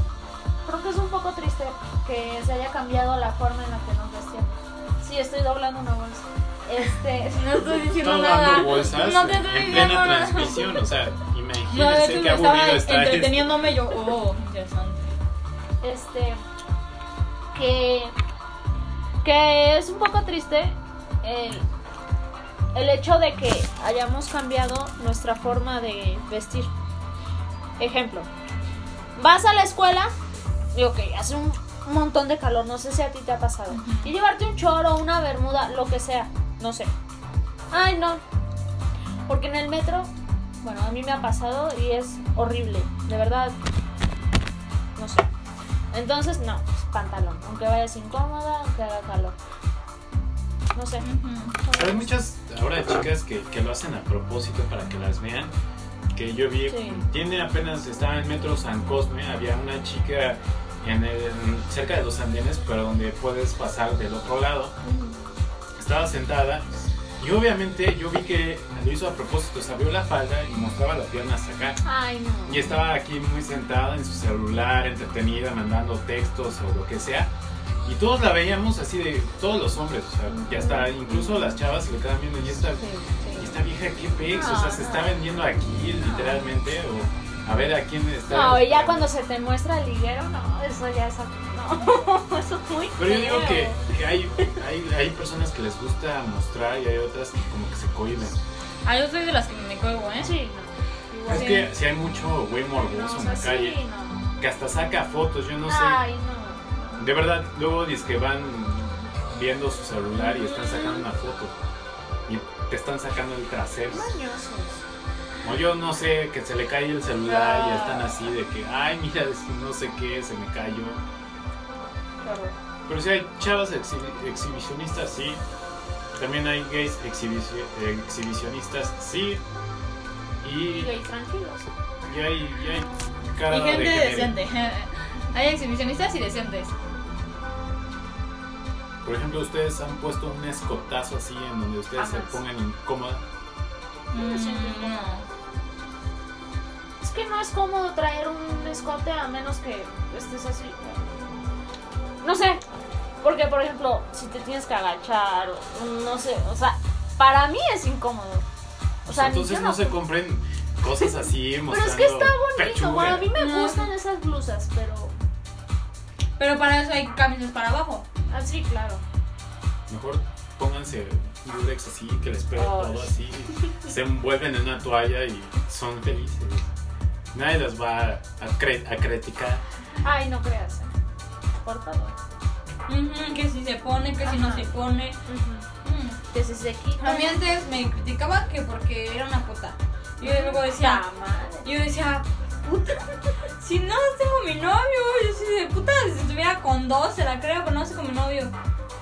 Speaker 3: creo que es un poco triste que se haya cambiado la forma en la que nos vestimos. Sí, estoy doblando una bolsa. Este,
Speaker 2: No estoy diciendo
Speaker 1: Están
Speaker 2: nada.
Speaker 1: dando bolsas
Speaker 2: no te
Speaker 1: en
Speaker 2: estoy
Speaker 1: plena
Speaker 2: diciendo nada.
Speaker 1: transmisión. O sea,
Speaker 2: No, de
Speaker 1: imagínense
Speaker 2: hecho
Speaker 1: qué
Speaker 2: me estaba
Speaker 1: aburrido está esto.
Speaker 2: entreteniéndome yo. Oh, interesante.
Speaker 3: este que que es un poco triste el, el hecho de que hayamos cambiado nuestra forma de vestir Ejemplo, vas a la escuela y ok, hace un montón de calor, no sé si a ti te ha pasado. Y llevarte un choro, una bermuda, lo que sea, no sé. Ay, no. Porque en el metro, bueno, a mí me ha pasado y es horrible, de verdad. No sé. Entonces, no, pues, pantalón, aunque vayas incómoda, aunque haga calor. No sé.
Speaker 1: Hay muchas ahora chicas que, que lo hacen a propósito para que las vean. Que yo vi,
Speaker 3: Sí.
Speaker 1: tiene apenas, estaba en Metro San Cosme, había una chica en el- cerca de los andenes, pero donde puedes pasar del otro lado. Estaba sentada y obviamente yo vi que lo hizo a propósito, se abrió la falda y mostraba la pierna hasta acá.
Speaker 3: Ay, no.
Speaker 1: Y estaba aquí muy sentada en su celular, entretenida, mandando textos o lo que sea. Y todos la veíamos así de todos los hombres, o sea, y hasta incluso las chavas se le quedaban viendo y esta,
Speaker 3: Sí,
Speaker 1: y
Speaker 3: sí.
Speaker 1: esta vieja qué pex, o sea, se está vendiendo aquí literalmente, o a ver a quién está.
Speaker 3: No, y ya cuando se te muestra el liguero, no, eso ya es. No, eso es muy.
Speaker 1: Pero yo digo
Speaker 3: feo.
Speaker 1: que, que hay, hay, hay personas que les gusta mostrar y hay otras que como que se cohiben.
Speaker 2: Ah, yo soy de las que me cojo, ¿eh?
Speaker 3: Sí, no. Igual.
Speaker 1: Es que si hay mucho güey
Speaker 3: No,
Speaker 1: morboso
Speaker 3: o
Speaker 1: en
Speaker 3: sea,
Speaker 1: la calle,
Speaker 3: sí, no.
Speaker 1: que hasta saca fotos, yo no sé.
Speaker 3: Ay, no.
Speaker 1: De verdad, luego dice que van viendo su celular y están sacando una foto. Y te están sacando el trasero.
Speaker 3: Mañosos.
Speaker 1: O yo no sé, que se le cae el celular y ya están
Speaker 3: Ah.
Speaker 1: así de que, ay, mira, es que no sé qué, se me cayó.
Speaker 3: Claro.
Speaker 1: Pero si hay chavas exhi- exhibicionistas, sí. También hay gays exhibici- eh, exhibicionistas, sí. Y,
Speaker 3: Y ahí tranquilos.
Speaker 1: y hay, y hay cara
Speaker 2: Y gente
Speaker 1: de genérico.
Speaker 2: decente. Hay exhibicionistas y decentes.
Speaker 1: Por ejemplo, ustedes han puesto un escotazo así en donde ustedes
Speaker 3: Jamás.
Speaker 1: se pongan incómodas.
Speaker 2: Mm, no.
Speaker 3: Es que no es cómodo traer un escote a menos que estés así. No sé. Porque, por ejemplo, si te tienes que agachar, o- no sé. O sea, para mí es incómodo. O sea, ni
Speaker 1: entonces
Speaker 3: yo
Speaker 1: no se compren cosas así
Speaker 3: Pero
Speaker 1: mostrando
Speaker 3: es que está bonito.
Speaker 1: pechuga.
Speaker 3: Bueno, a mí me
Speaker 2: No.
Speaker 3: gustan esas blusas, pero.
Speaker 2: Pero para eso hay camisas para abajo.
Speaker 3: Así, ah, claro.
Speaker 1: Mejor pónganse durex así, que les pegue
Speaker 3: Ay.
Speaker 1: todo así. Se envuelven en una toalla y son felices. Nadie las va a, cre- a criticar.
Speaker 3: Ay, no creas. ¿eh? Por favor.
Speaker 2: Ujú, que si se pone, que si no
Speaker 3: Ajá.
Speaker 2: se pone. Mm.
Speaker 3: Que si se quita.
Speaker 2: A mí antes me criticaban que porque era una puta. Y yo luego decía, "Ah,
Speaker 3: Ya, madre.
Speaker 2: yo decía, puta, si no tengo mi novio, yo soy de puta, si estuviera con dos se la creo, pero no sé con mi novio.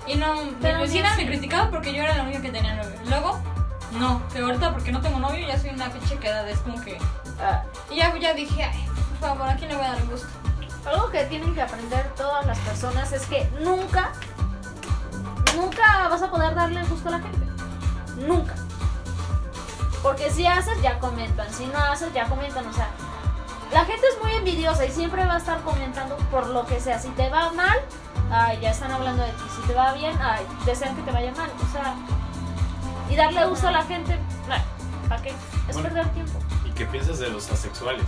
Speaker 2: Y no,
Speaker 3: Pero
Speaker 2: mi vecina
Speaker 3: ni
Speaker 2: me
Speaker 3: así.
Speaker 2: criticaba porque yo era la única que tenía novio. Luego, no, que ahorita porque no tengo novio ya soy una pinche quedada, es como que...
Speaker 3: Ah.
Speaker 2: Y ya, ya dije, ay, por favor, ¿a quién le voy a dar gusto?
Speaker 3: Algo que tienen que aprender todas las personas es que nunca, nunca vas a poder darle el gusto a la gente. Nunca. Porque si haces, ya comentan. Si no haces, ya comentan. O sea, la gente es muy envidiosa y siempre va a estar comentando por lo que sea. Si te va mal, ay, ya están hablando de ti. Si te va bien, ay, desean que te vaya mal. O sea, y darle gusto a la gente, ¿para qué? Es
Speaker 1: Bueno.
Speaker 3: perder tiempo.
Speaker 1: ¿Y qué piensas de los asexuales?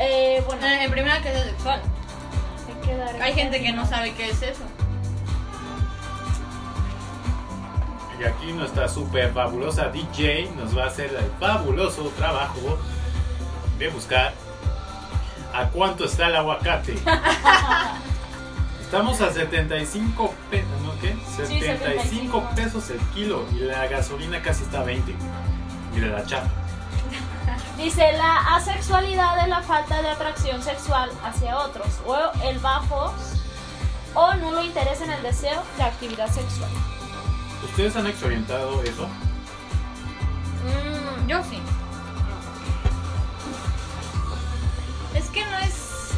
Speaker 3: Eh, bueno,
Speaker 2: Eh, En primera que es sexual.
Speaker 3: hay que dar-
Speaker 2: Hay gente que no sabe qué es eso.
Speaker 1: Y aquí nuestra super fabulosa DJ nos va a hacer el fabuloso trabajo de buscar a cuánto está el aguacate. Estamos a 75 pesos, ¿no qué? 75
Speaker 3: 75.
Speaker 1: pesos el kilo y la gasolina casi está a 20. Mira la chapa.
Speaker 3: Dice la asexualidad es la falta de atracción sexual hacia otros o el bajo o nulo interés en el deseo de actividad sexual.
Speaker 1: ¿Ustedes han experimentado eso?
Speaker 2: Mm, yo sí. Es que no es.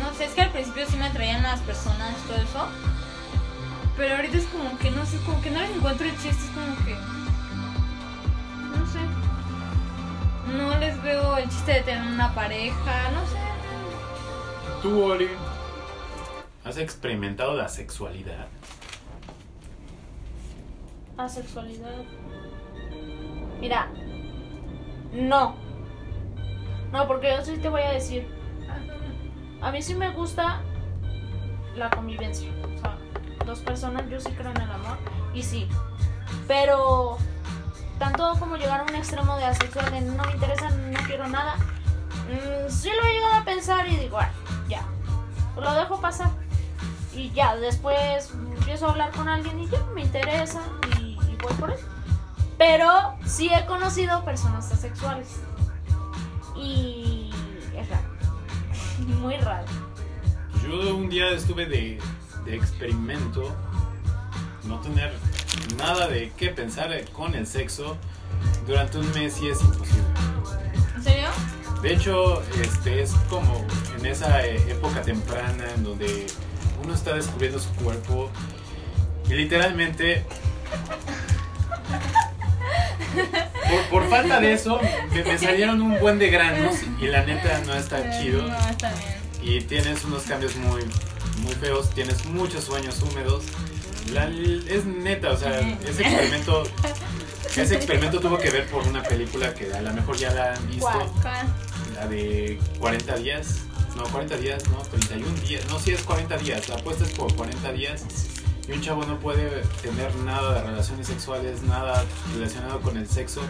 Speaker 2: No sé, es que al principio sí me atraían las personas, todo eso. Pero ahorita es como que no sé, como que no les encuentro el chiste, es como que. No sé. No les veo el chiste de tener una pareja, no sé.
Speaker 1: ¿Tú, Oli? ¿Has experimentado la sexualidad?
Speaker 3: Asexualidad. Mira, no. No, porque yo sí te voy a decir, a mí sí me gusta la convivencia. O sea, dos personas, yo sí creo en el amor y sí. Pero tanto como llegar a un extremo de asexual de no me interesa, no quiero nada, mm, sí lo he llegado a pensar y digo, "Ah, ya, lo dejo pasar. Y ya, después empiezo a hablar con alguien y ya me interesa y, y voy por él. Pero sí he conocido personas asexuales. Y es raro. Muy raro.
Speaker 1: Yo un día estuve de, de experimento, no tener nada de qué pensar con el sexo durante un mes y es imposible.
Speaker 2: ¿En serio?
Speaker 1: De hecho, este es como en esa eh, época temprana en donde uno está descubriendo su cuerpo y literalmente por, por falta de eso me, me salieron un buen de granos y la neta no está
Speaker 2: Eh,
Speaker 1: chido
Speaker 2: No, está bien.
Speaker 1: y tienes unos cambios muy muy feos, tienes muchos sueños húmedos. La- es neta, o sea, ese experimento ese experimento tuvo que ver por una película que a lo mejor ya la han visto.
Speaker 3: ¿Cuál?
Speaker 2: ¿Cuál?
Speaker 1: La de 40 días. No, 40 días, no, 31 días. No, si es 40 días. La apuesta es por 40 días. Y un chavo no puede tener nada de relaciones sexuales, nada relacionado con el sexo,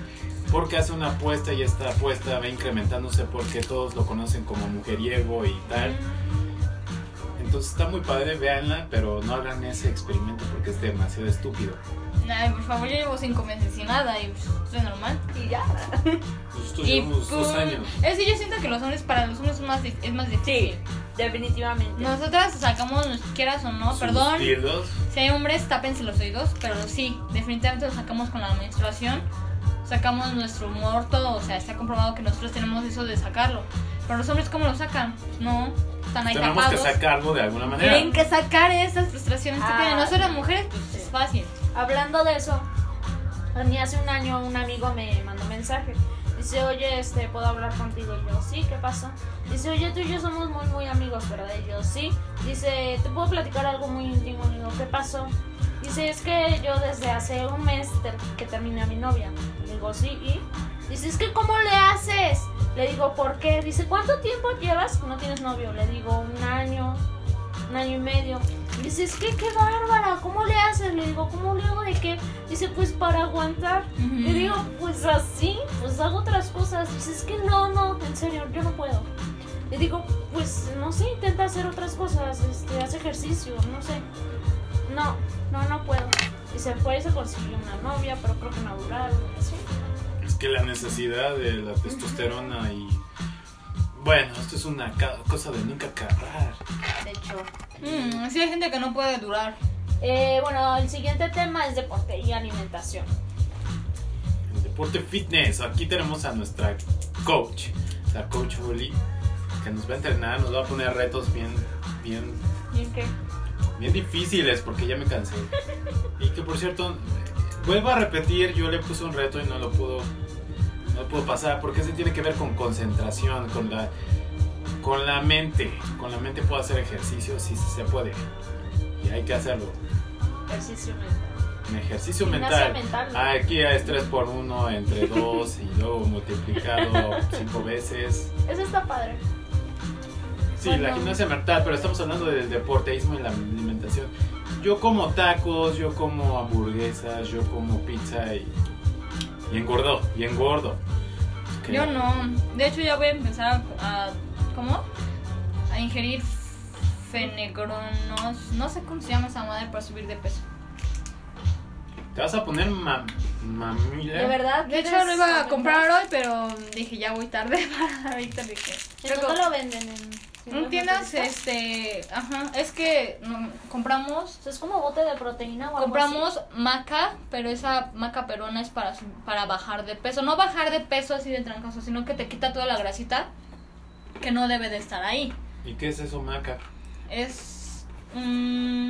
Speaker 1: porque hace una apuesta y esta apuesta va incrementándose porque todos lo conocen como mujeriego y tal. Entonces está muy padre, véanla, pero no hagan ese experimento porque es demasiado estúpido.
Speaker 2: Ay, por favor, yo llevo cinco meses sin nada y pues, estoy normal.
Speaker 3: Y ya.
Speaker 1: Nosotros
Speaker 2: Y,
Speaker 1: llevamos dos
Speaker 2: pum.
Speaker 1: años.
Speaker 2: Es que yo siento que los hombres, para los hombres es más, di- es más difícil.
Speaker 3: Sí, definitivamente.
Speaker 2: Nosotras sacamos, nos quieras o no,
Speaker 1: Sus
Speaker 2: perdón.
Speaker 1: dildos.
Speaker 2: Si hay hombres, tápense los oídos, pero sí, definitivamente lo sacamos con la menstruación, sacamos nuestro humor, todo, o sea, está comprobado que nosotros tenemos eso de sacarlo. Pero los hombres, ¿cómo lo sacan? No, están ahí
Speaker 1: Tenemos que
Speaker 2: tapados.
Speaker 1: sacarlo de alguna manera.
Speaker 2: Tienen que sacar esas frustraciones que
Speaker 3: Ah.
Speaker 2: tienen. Nosotros las mujeres, pues es fácil.
Speaker 3: Hablando de eso, a mí hace un año un amigo me mandó mensaje. Dice, oye, este, ¿puedo hablar contigo? Y yo, sí, ¿qué pasó? Dice, oye, tú y yo somos muy, muy amigos, ¿verdad? Y yo, sí. Dice, ¿te puedo platicar algo muy íntimo? Y digo, ¿qué pasó? Dice, es que yo desde hace un mes ter- que terminé a mi novia. Le digo, sí, ¿y? Dice, es que ¿cómo le haces? Le digo, ¿por qué? Dice, ¿cuánto tiempo llevas que no tienes novio? Le digo, un año, un año y medio. Dice, es que qué bárbara, ¿cómo le haces? Le digo, ¿cómo le hago de qué? Dice, pues para aguantar.
Speaker 2: Mm.
Speaker 3: Le digo, pues así, pues hago otras cosas. Dice, es que no, no, en serio, yo no puedo. Le digo, pues no sé, intenta hacer otras cosas, este, haz ejercicio, no sé. No, no, no puedo. Dice, por eso consiguió una novia, pero creo que no duraron, así.
Speaker 1: Es que la necesidad de la testosterona y... Bueno, esto es una ca- cosa de nunca acabar.
Speaker 3: De hecho.
Speaker 2: Mm, sí, hay gente que no puede durar.
Speaker 3: Eh, bueno, el siguiente tema es deporte y alimentación.
Speaker 1: El deporte fitness. Aquí tenemos a nuestra coach, la coach Bully, que nos va a entrenar, nos va a poner retos bien, bien,
Speaker 3: ¿Y en qué?
Speaker 1: bien difíciles porque ya me cansé. Y que por cierto, eh, vuelvo a repetir, yo le puse un reto y no lo pudo, no lo pudo pasar porque ese tiene que ver con concentración, con la, con la mente. Con la mente puedo hacer ejercicio si se puede. Y hay que hacerlo.
Speaker 3: Ejercicio mental.
Speaker 1: En ejercicio
Speaker 3: Gimnasia
Speaker 1: mental. Ah,
Speaker 3: mental. ¿no?
Speaker 1: Aquí es 3 por 1 entre 2 y luego multiplicado 5 veces.
Speaker 3: Eso está padre.
Speaker 1: Sí,
Speaker 3: Bueno.
Speaker 1: la gimnasia mental, pero estamos hablando del deporteísmo y la alimentación. Yo como tacos, yo como hamburguesas, yo como pizza y, y engordo, y engordo. Que-
Speaker 2: Yo no. De hecho, ya voy a empezar a. a- ¿Cómo? A ingerir fenegronos. No sé cómo se llama esa madre para subir de peso.
Speaker 1: Te vas a poner mam, mamila.
Speaker 3: De verdad.
Speaker 2: De hecho,
Speaker 3: ¿quieres
Speaker 2: lo iba a
Speaker 3: comentar?
Speaker 2: comprar hoy, pero dije ya voy tarde para ahorita de que.
Speaker 3: ¿En dónde lo venden? ¿En,
Speaker 2: No entiendas, este. Ajá. Es que no, compramos.
Speaker 3: O sea, es como bote de proteína o algo así.
Speaker 2: Compramos maca, pero esa maca perona es para, su- para bajar de peso. No bajar de peso así de trancazo, sino que te quita toda la grasita que no debe de estar ahí.
Speaker 1: ¿Y qué es eso, maca?
Speaker 2: Es. mm,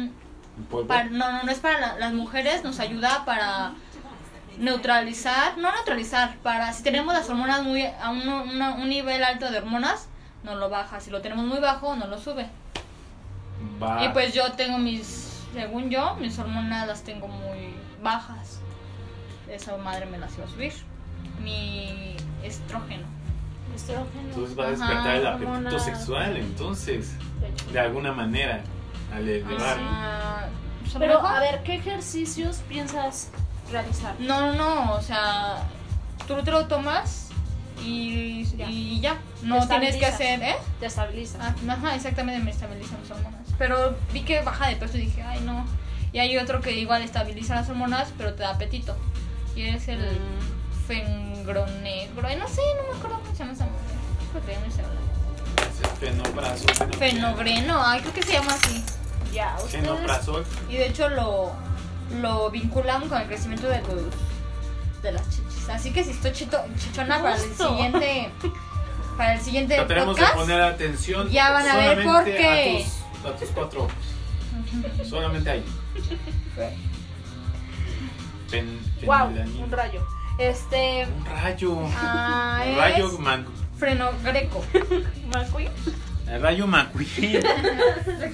Speaker 1: ¿Un polvo?
Speaker 2: para- no, no, no es para la- las mujeres, nos ayuda para neutralizar, no neutralizar, para si tenemos las hormonas muy a un, una- un nivel alto de hormonas, nos lo baja, si lo tenemos muy bajo, nos lo sube.
Speaker 1: Va.
Speaker 2: Y pues yo tengo mis, según yo, mis hormonas las tengo muy bajas. Esa madre me las iba a subir. Mi estrógeno.
Speaker 3: Estrógeno.
Speaker 1: Entonces va a
Speaker 2: Ajá,
Speaker 1: despertar el apetito
Speaker 3: hormonas.
Speaker 1: sexual, entonces, de alguna manera, al elevar.
Speaker 2: Ah, ¿son
Speaker 3: Pero
Speaker 2: mejor?
Speaker 3: a ver, ¿qué ejercicios piensas realizar?
Speaker 2: No, no, no, o sea, tú te lo tomas y,
Speaker 3: Ya.
Speaker 2: y ya. No
Speaker 3: Te
Speaker 2: tienes que
Speaker 3: estabilizas.
Speaker 2: hacer, ¿eh?
Speaker 3: Te estabilizas.
Speaker 2: Ah, ajá, exactamente, me estabilizan mis hormonas. Pero vi que baja de peso y dije, ay, no. Y hay otro que igual estabiliza las hormonas, pero te da apetito. Y es el
Speaker 3: Mm.
Speaker 2: fengronegro. Ay, no sé, no me acuerdo cómo se llama esa mujer. Creo que ya me sé hablar.
Speaker 1: Fenoprazol.
Speaker 2: Fenogreno, ay, creo que se llama así.
Speaker 3: Ya, ustedes.
Speaker 1: Fenoprazol.
Speaker 2: Y de hecho lo, lo vinculan con el crecimiento de tus- de las chichis. Así que si estoy chito- chichona para el
Speaker 3: Justo.
Speaker 2: siguiente para el siguiente
Speaker 1: Trataremos de
Speaker 2: podcast.
Speaker 1: poner atención.
Speaker 2: Ya van a ver por
Speaker 1: solamente
Speaker 2: qué.
Speaker 1: A tus, a tus cuatro ojos. Solamente ahí. Fen,
Speaker 3: Wow,
Speaker 1: fenilanin.
Speaker 3: un rayo. Este.
Speaker 1: Un rayo.
Speaker 2: Ah,
Speaker 1: El
Speaker 2: es
Speaker 1: rayo mango.
Speaker 2: frenogreco.
Speaker 3: ¿Macui?
Speaker 1: El rayo McQueen.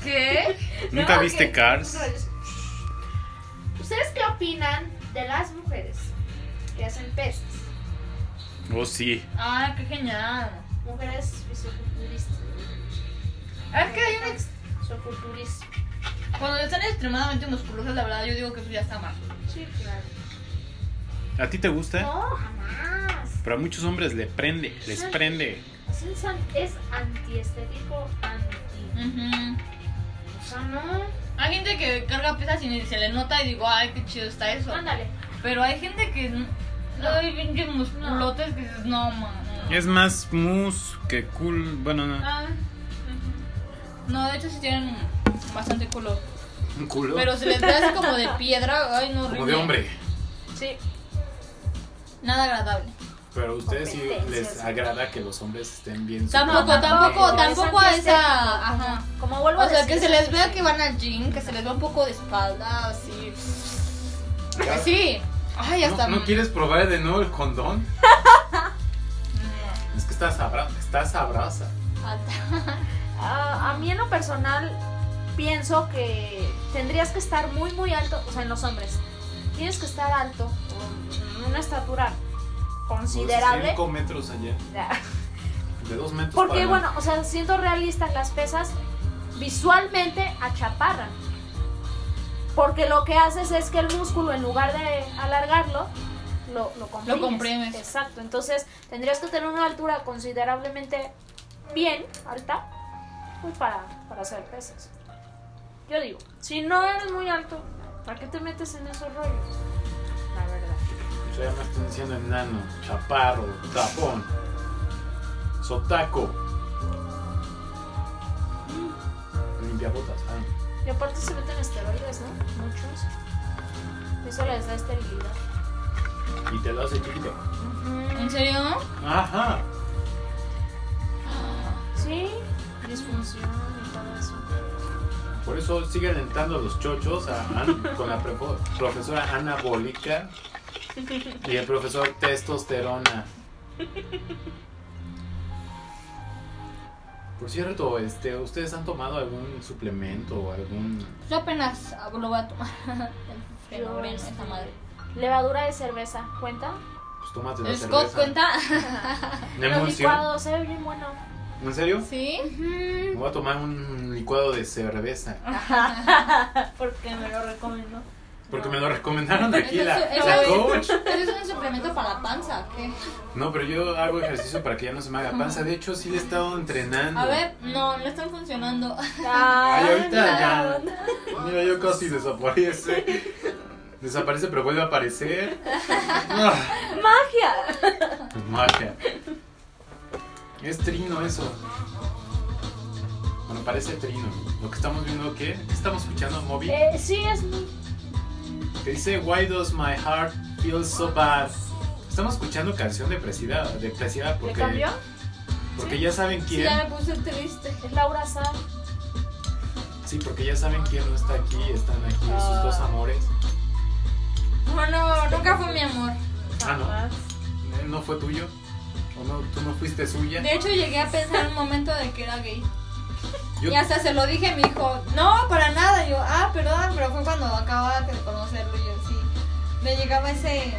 Speaker 2: ¿Qué?
Speaker 1: ¿Nunca
Speaker 4: No,
Speaker 1: viste
Speaker 4: que-
Speaker 1: Cars?
Speaker 4: no, es- ¿Ustedes qué opinan de las mujeres que hacen pesas?
Speaker 1: Oh, sí.
Speaker 2: Ah, qué genial.
Speaker 4: Mujeres fisiculturistas.
Speaker 2: Ah, Es que hay un ex-
Speaker 4: Soculturistas.
Speaker 2: cuando están extremadamente musculosas, la verdad yo digo que eso ya está mal.
Speaker 4: Sí, claro.
Speaker 1: ¿A ti te gusta?
Speaker 4: No, jamás.
Speaker 1: Pero a muchos hombres le prende, les prende.
Speaker 4: Es, un san- es antiestético, anti.
Speaker 2: Ujú.
Speaker 4: O sea, no.
Speaker 2: Hay gente que carga pesas y ni se le nota y digo, ay, qué chido está eso.
Speaker 4: Ándale.
Speaker 2: Pero hay gente que no, hay pinches musculotes que dices, no, man. No.
Speaker 1: Es más mus que cool. Bueno, no.
Speaker 2: Ah. No, de hecho sí tienen bastante culo.
Speaker 1: Un culo.
Speaker 2: Pero se les da así como de piedra, ay, no
Speaker 1: Como
Speaker 2: horrible.
Speaker 1: de hombre.
Speaker 3: Sí.
Speaker 2: Nada agradable.
Speaker 1: Pero a ustedes sí les
Speaker 4: Competencias.
Speaker 1: agrada que los hombres estén bien.
Speaker 2: Tampoco,
Speaker 1: superados.
Speaker 2: tampoco,
Speaker 1: Eh,
Speaker 2: tampoco a esa. Ajá.
Speaker 3: Como vuelvo
Speaker 2: O
Speaker 3: a
Speaker 2: sea,
Speaker 3: decir,
Speaker 2: que se les vea que van al gym, que se les vea un poco de espalda, así.
Speaker 1: ya-
Speaker 2: Sí. Ay, hasta.
Speaker 1: ¿No, ¿No quieres probar de nuevo el condón? Es que está sabrosa. Está sabrosa.
Speaker 2: Hasta-
Speaker 3: Ah, A, a mí en lo personal pienso que tendrías que estar muy muy alto, o sea, en los hombres. Tienes que estar alto, con una estatura considerable.
Speaker 1: 5 metros allá. De 2 metros.
Speaker 3: Porque
Speaker 1: Pues para
Speaker 3: bueno, o sea, siendo realistas, las pesas visualmente achaparran. Porque lo que haces es que el músculo, en lugar de alargarlo, lo, lo comprimes.
Speaker 2: comprimes.
Speaker 3: Exacto. Entonces tendrías que tener una altura considerablemente bien alta pues, para, para hacer pesas. Yo digo, si no eres muy alto, ¿para qué te metes en esos rollos? La verdad.
Speaker 1: adelante. Ya me están diciendo enano, chaparro, tapón, sotaco. Limpiabotas. Ah.
Speaker 3: Y aparte se meten esteroides, ¿no? Muchos. Eso les da esterilidad.
Speaker 1: Y te lo hace chiquito.
Speaker 2: ¿En serio?
Speaker 1: Ajá.
Speaker 3: Sí, disfunción y todo eso.
Speaker 1: Por eso siguen entrando los chochos a An- con la prepo- profesora anabólica y el profesor testosterona. Por cierto, este, ¿ustedes han tomado algún suplemento o algún...?
Speaker 2: Yo apenas lo voy a tomar. El
Speaker 3: Yo,
Speaker 2: fenómeno,
Speaker 3: este,
Speaker 2: esa madre.
Speaker 3: Levadura de cerveza, ¿cuenta?
Speaker 1: Pues tomas de la
Speaker 2: ¿El Scott
Speaker 1: cerveza.
Speaker 2: cuenta?
Speaker 3: Los
Speaker 1: Emulsión.
Speaker 3: licuados, se ve bien bueno.
Speaker 1: ¿En serio?
Speaker 2: ¿Sí?
Speaker 1: Me voy a tomar un licuado de cerveza.
Speaker 3: Porque me lo recomiendo.
Speaker 1: Porque me lo recomendaron aquí
Speaker 2: Eso-
Speaker 1: la,
Speaker 2: eso-
Speaker 1: la coach.
Speaker 2: ¿Eso es un suplemento para la panza? ¿Qué?
Speaker 1: No, pero yo hago ejercicio para que ya no se me haga panza. De hecho, sí le he estado entrenando.
Speaker 2: A ver, no, no están funcionando.
Speaker 1: Ay, ahorita ya. Mira, yo casi desaparece. Desaparece, pero vuelve a aparecer. Ah,
Speaker 3: ¡Magia!
Speaker 1: magia. Es trino eso. Bueno, parece trino. Lo que estamos viendo, ¿qué? ¿Qué estamos escuchando, Moby?
Speaker 3: Eh, sí, es muy...
Speaker 1: Que dice, Why does my heart feel so bad? Estamos escuchando canción depresiva, depresiva
Speaker 3: ¿Le
Speaker 1: porque,
Speaker 3: cambió?
Speaker 1: porque ya saben
Speaker 2: Sí,
Speaker 1: quién.
Speaker 2: ya me puse triste.
Speaker 3: Es Laura San.
Speaker 1: Sí, porque ya saben quién no está aquí. Están aquí sus dos amores.
Speaker 2: No, no, nunca fue mi amor.
Speaker 1: Ah, no. ¿No fue tuyo? ¿O no, tú no fuiste suya?
Speaker 2: De hecho, llegué a pensar un momento de que era gay.
Speaker 1: Yo-
Speaker 2: Y hasta se lo dije, me dijo, no, para nada. Y yo, ah, perdón, pero fue cuando acababa de conocerlo. Y yo, sí. Me llegaba ese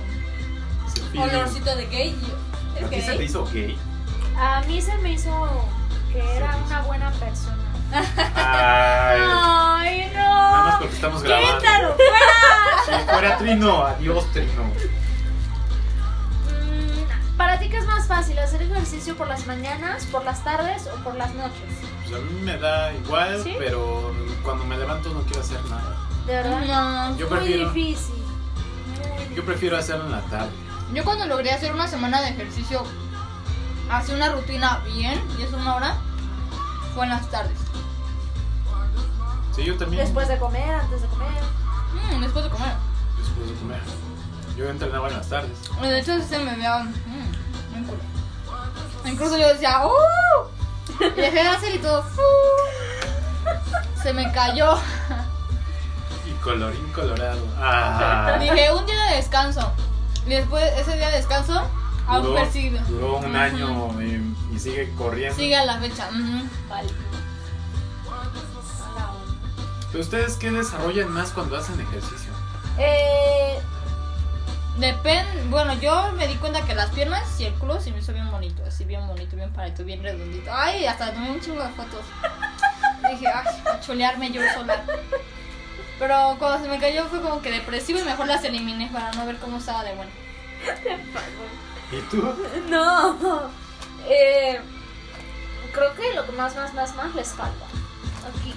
Speaker 1: Sí.
Speaker 2: olorcito de gay. y yo,
Speaker 1: ¿A
Speaker 2: es
Speaker 1: ti se te
Speaker 2: gay.
Speaker 1: hizo gay?
Speaker 3: A mí se me hizo que era
Speaker 1: Sí.
Speaker 3: una buena persona.
Speaker 1: Ay, nada
Speaker 3: ¡Ay,
Speaker 1: más
Speaker 3: no!
Speaker 1: porque estamos grabando.
Speaker 3: ¡Quítalo! ¡Fuera!
Speaker 1: Si fuera Trino, adiós Trino.
Speaker 3: Mm, ¿Para ti qué
Speaker 5: qué es más fácil, hacer ejercicio por las mañanas, por las tardes o por las noches?
Speaker 1: Pues a mí me da igual,
Speaker 5: ¿Sí?
Speaker 1: pero cuando me levanto no quiero hacer nada.
Speaker 5: De verdad.
Speaker 2: No.
Speaker 1: Yo
Speaker 5: Muy
Speaker 1: prefiero,
Speaker 5: difícil.
Speaker 1: yo prefiero hacerlo en la tarde.
Speaker 2: Yo cuando logré hacer una semana de ejercicio, hacer una rutina bien, y es una hora, fue en las tardes.
Speaker 1: Sí, yo también.
Speaker 3: Después de comer, antes de comer.
Speaker 2: Mm, después de comer.
Speaker 1: después de comer. Yo entrenaba en las tardes.
Speaker 2: Eh, De hecho, sí se me veía mm, un culo. Incluso yo decía, ¡Uh! Y dejé de hacer y todo, "Uh". Se me cayó.
Speaker 1: Y colorín colorado. Ah,
Speaker 2: Dije, un día de descanso. Y después, ese día de descanso, aún
Speaker 1: duró,
Speaker 2: persigue.
Speaker 1: duró un
Speaker 2: Ujú.
Speaker 1: año y, y sigue corriendo.
Speaker 2: Sigue a la fecha. ujú.
Speaker 5: Vale.
Speaker 1: ¿Pero ustedes qué desarrollan más cuando hacen ejercicio?
Speaker 3: Eh,
Speaker 2: Depen- bueno, yo me di cuenta que las piernas y el culo se me hizo bien bonito, así bien bonito, bien pareto, bien redondito. Ay, hasta tomé un chingo de fotos. Dije, ay, a cholearme yo sola. Pero cuando se me cayó fue como que depresivo y mejor las eliminé para no ver cómo estaba de bueno.
Speaker 1: ¿Y tú?
Speaker 3: no. Eh, creo que lo que más, más, más, más les falta. Aquí.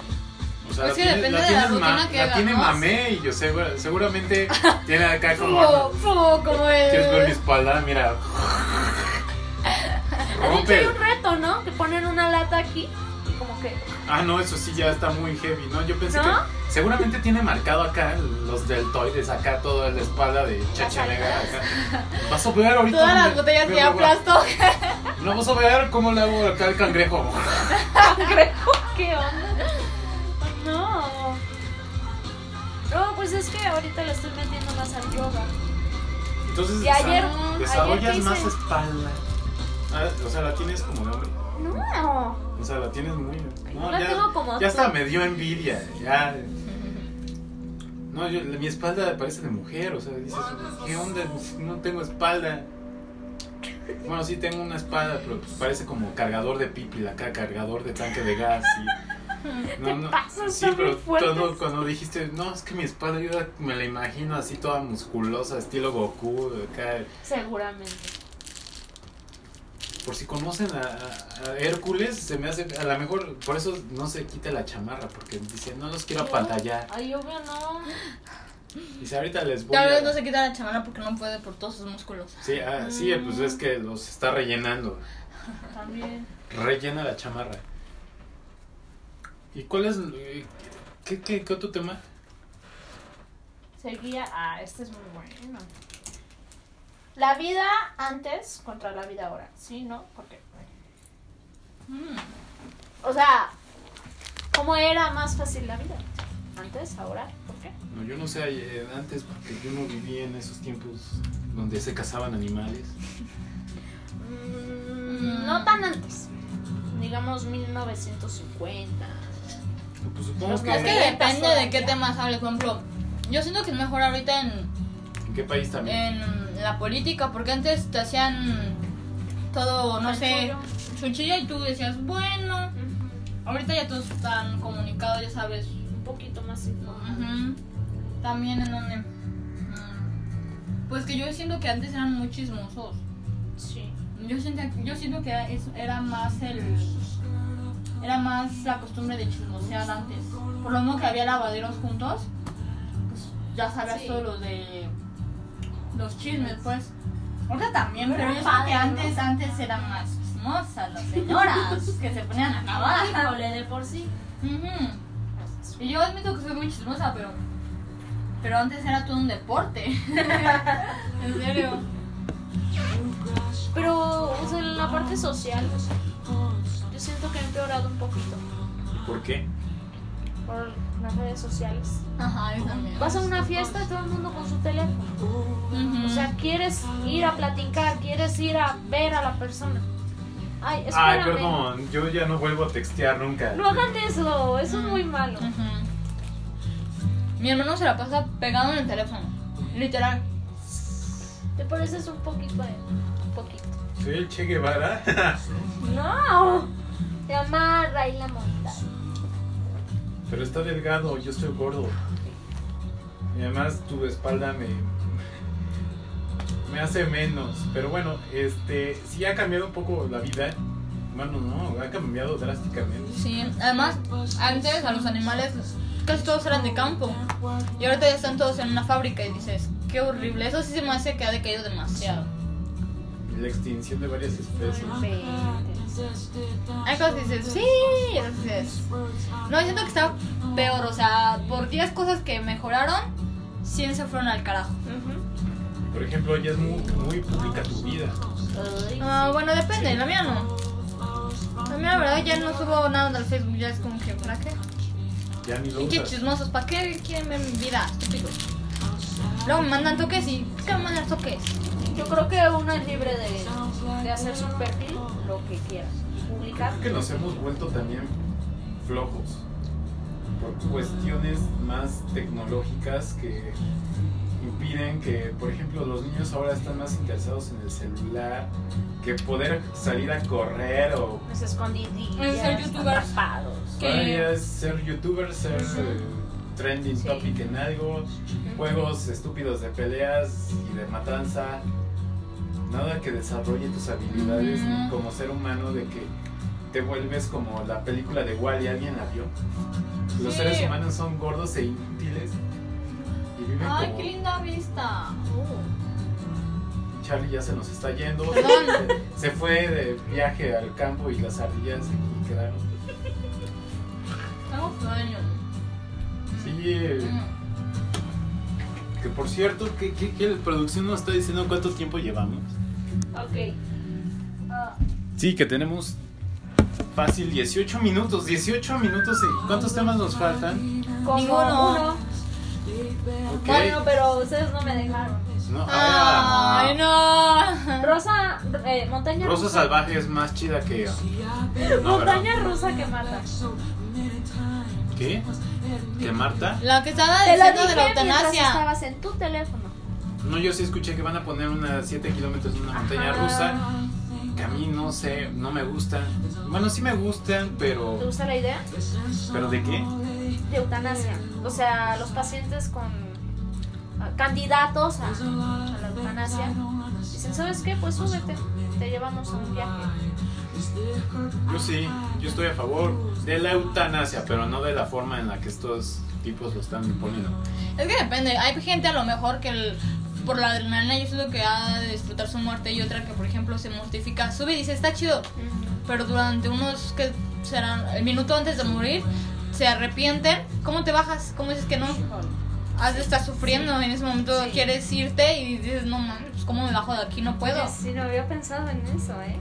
Speaker 1: O sea,
Speaker 2: Pues sí,
Speaker 1: la
Speaker 2: depende
Speaker 1: la
Speaker 2: de la
Speaker 1: tienes ma-
Speaker 2: rutina que
Speaker 1: la
Speaker 2: hagas,
Speaker 1: tiene
Speaker 2: ¿no?
Speaker 1: mamé y yo segura- seguramente tiene acá
Speaker 2: Fumo,
Speaker 1: como...
Speaker 2: fumo como
Speaker 1: ¿Quieres ver mi
Speaker 2: el...
Speaker 1: espalda? Mira.
Speaker 3: De hecho, hay
Speaker 1: Rompe.
Speaker 3: un reto, ¿no? Que ponen una lata aquí y como que.
Speaker 1: Ah, no, eso sí ya está muy heavy, ¿no? Yo pensé
Speaker 3: ¿No?
Speaker 1: que seguramente tiene marcado acá los deltoides, acá toda la espalda de Chachanega. acá. Vas a ver ahorita.
Speaker 2: Todas las
Speaker 1: me-
Speaker 2: botellas
Speaker 1: me
Speaker 2: que
Speaker 1: voy a-
Speaker 2: aplastó.
Speaker 1: No vas a ver cómo le hago acá el cangrejo.
Speaker 3: ¿Qué onda? No. No, pues es que ahorita le estoy metiendo más al yoga.
Speaker 1: Entonces,
Speaker 3: Y ayer-
Speaker 1: desa-
Speaker 3: ayer
Speaker 1: desarrollas
Speaker 3: que hice-
Speaker 1: más espalda. Ah, o sea, la tienes como de hombre.
Speaker 3: No.
Speaker 1: O sea, la tienes muy. No,
Speaker 3: la
Speaker 1: ya,
Speaker 3: tengo como
Speaker 1: ya
Speaker 3: tú.
Speaker 1: hasta me dio envidia. Ya. No, yo- mi espalda parece de mujer. O sea, dices, ¿qué onda? No tengo espalda. Bueno, sí tengo una espalda, pero pues parece como cargador de pipi, acá, cargador de tanque de gas. y- No, no.
Speaker 3: pasas,
Speaker 1: Sí,
Speaker 3: son
Speaker 1: pero
Speaker 3: muy fuertes.
Speaker 1: cuando, cuando dijiste, no, es que mi espalda, yo me la imagino así toda musculosa, estilo Goku, acá.
Speaker 3: Seguramente.
Speaker 1: Por si conocen a, a- a Hércules, se me hace, a lo mejor, por eso no se quita la chamarra, porque dice, no los quiero apantallar.
Speaker 3: Ay, obvio no.
Speaker 1: Dice, ahorita les voy
Speaker 2: Tal
Speaker 1: a...
Speaker 2: vez no se quita la chamana porque no puede por todos sus músculos.
Speaker 1: Sí, ah, sí,
Speaker 2: Mm.
Speaker 1: pues es que los está rellenando.
Speaker 3: También.
Speaker 1: Rellena la chamarra. ¿Y cuál es, eh, qué, qué, qué otro tema?
Speaker 3: Seguía. Ah, este es muy bueno. La vida antes contra la vida ahora. Sí, ¿no? Porque.
Speaker 2: Mm.
Speaker 3: O sea, ¿cómo era más fácil la vida? Antes, ahora, ¿por qué?
Speaker 1: No, yo no sé eh, antes, porque yo no viví en esos tiempos donde se cazaban animales.
Speaker 3: Mm, no tan antes. Digamos 1950.
Speaker 1: Pues supongo
Speaker 3: Los
Speaker 1: que...
Speaker 2: Es que
Speaker 3: Eh,
Speaker 2: depende
Speaker 3: pasó
Speaker 2: de qué
Speaker 3: ya.
Speaker 2: temas hables, por ejemplo. Yo siento que es mejor ahorita en,
Speaker 1: ¿En qué país
Speaker 2: Eh,
Speaker 1: también?
Speaker 2: en la política, porque antes te hacían todo, no sé, chuchilla y tú decías, bueno,
Speaker 3: Ujú,
Speaker 2: ahorita ya todos están comunicados, ya sabes.
Speaker 3: Un poquito más informado.
Speaker 2: Ujú. También en donde... mm, Pues que yo siento que antes eran muy chismosos.
Speaker 3: Sí.
Speaker 2: Yo siento, yo siento que era, es- era más el... Era más la costumbre de chismosear antes. Por lo menos que había lavaderos juntos, pues ya sabías
Speaker 3: Sí.
Speaker 2: todo lo de los chismes, pues. Ahorita también, pero
Speaker 3: Era
Speaker 2: yo siento que
Speaker 3: padre, ¿no?
Speaker 2: antes, antes eran más chismosas las señoras que se ponían a acabar.
Speaker 3: Híjole, de por sí.
Speaker 2: Ujú. Y yo admito que soy muy chismosa, pero. Pero antes era todo un deporte. en serio.
Speaker 3: Pero, o sea, la parte social, o sea, yo siento que ha empeorado un poquito
Speaker 1: ¿Por qué?
Speaker 3: por las redes sociales.
Speaker 2: Ajá, yo también.
Speaker 3: Vas a una fiesta, todo el mundo con su teléfono.
Speaker 2: Ujú.
Speaker 3: O sea, quieres ir a platicar, quieres ir a ver a la persona. Ay,
Speaker 1: Ay,
Speaker 3: espérame.
Speaker 1: perdón, yo ya no vuelvo a textear nunca.
Speaker 3: No hagan eso, eso es muy malo.
Speaker 2: Ujú. Mi hermano se la pasa pegado en el teléfono. Literal.
Speaker 3: ¿Te pareces un poquito de... un poquito?
Speaker 1: Soy el Che Guevara.
Speaker 3: No. Te amarra y la montaña.
Speaker 1: Pero está delgado, yo estoy gordo. Y además tu espalda me. Me me hace menos. Pero bueno, este, sí ha cambiado un poco la vida. Bueno, no, ha cambiado drásticamente.
Speaker 2: Sí, además, antes a los animales casi todos eran de campo. Y ahorita ya están todos en una fábrica y dices, qué horrible. Eso sí se me hace que ha decaído demasiado.
Speaker 1: La extinción de varias especies.
Speaker 2: Hay cosas que dices, sí, y otras que dices, no, siento que está peor. O sea, por 10 cosas que mejoraron, 100 se fueron al carajo.
Speaker 1: Por ejemplo, ya es muy, muy pública tu vida.
Speaker 2: Ah, bueno, depende, la mía no. La mía, la verdad, ya no subo nada al Facebook, ya es como que, ¿para qué?
Speaker 1: Ya ni lo
Speaker 2: Y qué
Speaker 1: usas.
Speaker 2: chismosos, ¿para qué quieren ver mi vida? Estúpidos. Luego me mandan toques y ¿qué me mandan toques?
Speaker 4: Yo creo que uno es libre de, de hacer su perfil lo que quiera. Publicar.
Speaker 1: Creo que nos hemos vuelto también flojos por cuestiones más tecnológicas que impiden que, por ejemplo, los niños ahora están más interesados en el celular que poder salir a correr o
Speaker 4: Nos escondidillas.
Speaker 2: En ser youtubers.
Speaker 4: tapados.
Speaker 2: ¿Qué?
Speaker 1: Ahora ya es ser youtuber, ser eh, trending topic en algo, juegos estúpidos de peleas y de matanza. Nada que desarrolle tus habilidades
Speaker 2: Ujú.
Speaker 1: ni como ser humano de que te vuelves como la película de Wally, ¿alguien la vio? Los
Speaker 2: Sí.
Speaker 1: seres humanos son gordos e inútiles y viven
Speaker 2: Ay,
Speaker 1: como
Speaker 2: qué linda vista.
Speaker 1: Charlie ya se nos está yendo.
Speaker 2: Perdón.
Speaker 1: Se fue de viaje al campo y las ardillas aquí quedaron.
Speaker 2: Tengo sueño.
Speaker 1: Sí, eh, Que por cierto, ¿qué, qué, qué producción nos está diciendo cuánto tiempo llevamos?
Speaker 4: Ok. Ah,
Speaker 1: Sí, que tenemos fácil 18 minutos, 18 minutos. y- ¿Cuántos temas nos faltan?
Speaker 4: como
Speaker 2: Ninguno.
Speaker 4: uno.
Speaker 1: Ok.
Speaker 4: Bueno, pero ustedes no me dejaron.
Speaker 1: No, ah,
Speaker 2: Ay, no.
Speaker 4: Rosa, eh, montaña
Speaker 1: Rosa
Speaker 4: rusa.
Speaker 1: Salvaje es más chida que... no,
Speaker 4: Montaña rusa que mata.
Speaker 1: ¿verdad? ¿Qué? ¿Que Marta?
Speaker 2: La que estaba
Speaker 4: Te la
Speaker 2: diciendo de
Speaker 4: dije
Speaker 2: la
Speaker 4: mientras
Speaker 2: eutanasia.
Speaker 4: estabas en tu teléfono.
Speaker 1: No, yo sí escuché que van a poner una 7 kilómetros en una montaña
Speaker 4: Ajá.
Speaker 1: rusa. Que a mí no sé, no me gustan. Bueno, sí me gustan,
Speaker 4: ¿Te
Speaker 1: pero...
Speaker 4: gusta la idea?
Speaker 1: ¿Pero de qué?
Speaker 4: De eutanasia. O sea, los pacientes con ah, candidatos a, a la eutanasia dicen, ¿sabes qué? Pues súbete, te llevamos a un viaje.
Speaker 1: Yo sí, yo estoy a favor de la eutanasia, pero no de la forma en la que estos tipos lo están imponiendo.
Speaker 2: Es que depende. Hay gente a lo mejor que el- por la adrenalina yo siento que ha de disfrutar su muerte y otra que por ejemplo se mortifica. Sube y dice, está chido. Pero durante unos que serán el minuto antes de morir, se arrepienten. ¿Cómo te bajas? ¿Cómo dices que no? Has de estar sufriendo en ese momento,
Speaker 4: Sí.
Speaker 2: quieres irte y dices, no mames, pues, ¿cómo me bajo de aquí? No puedo.
Speaker 4: Sí, no había pensado en eso, ¿eh?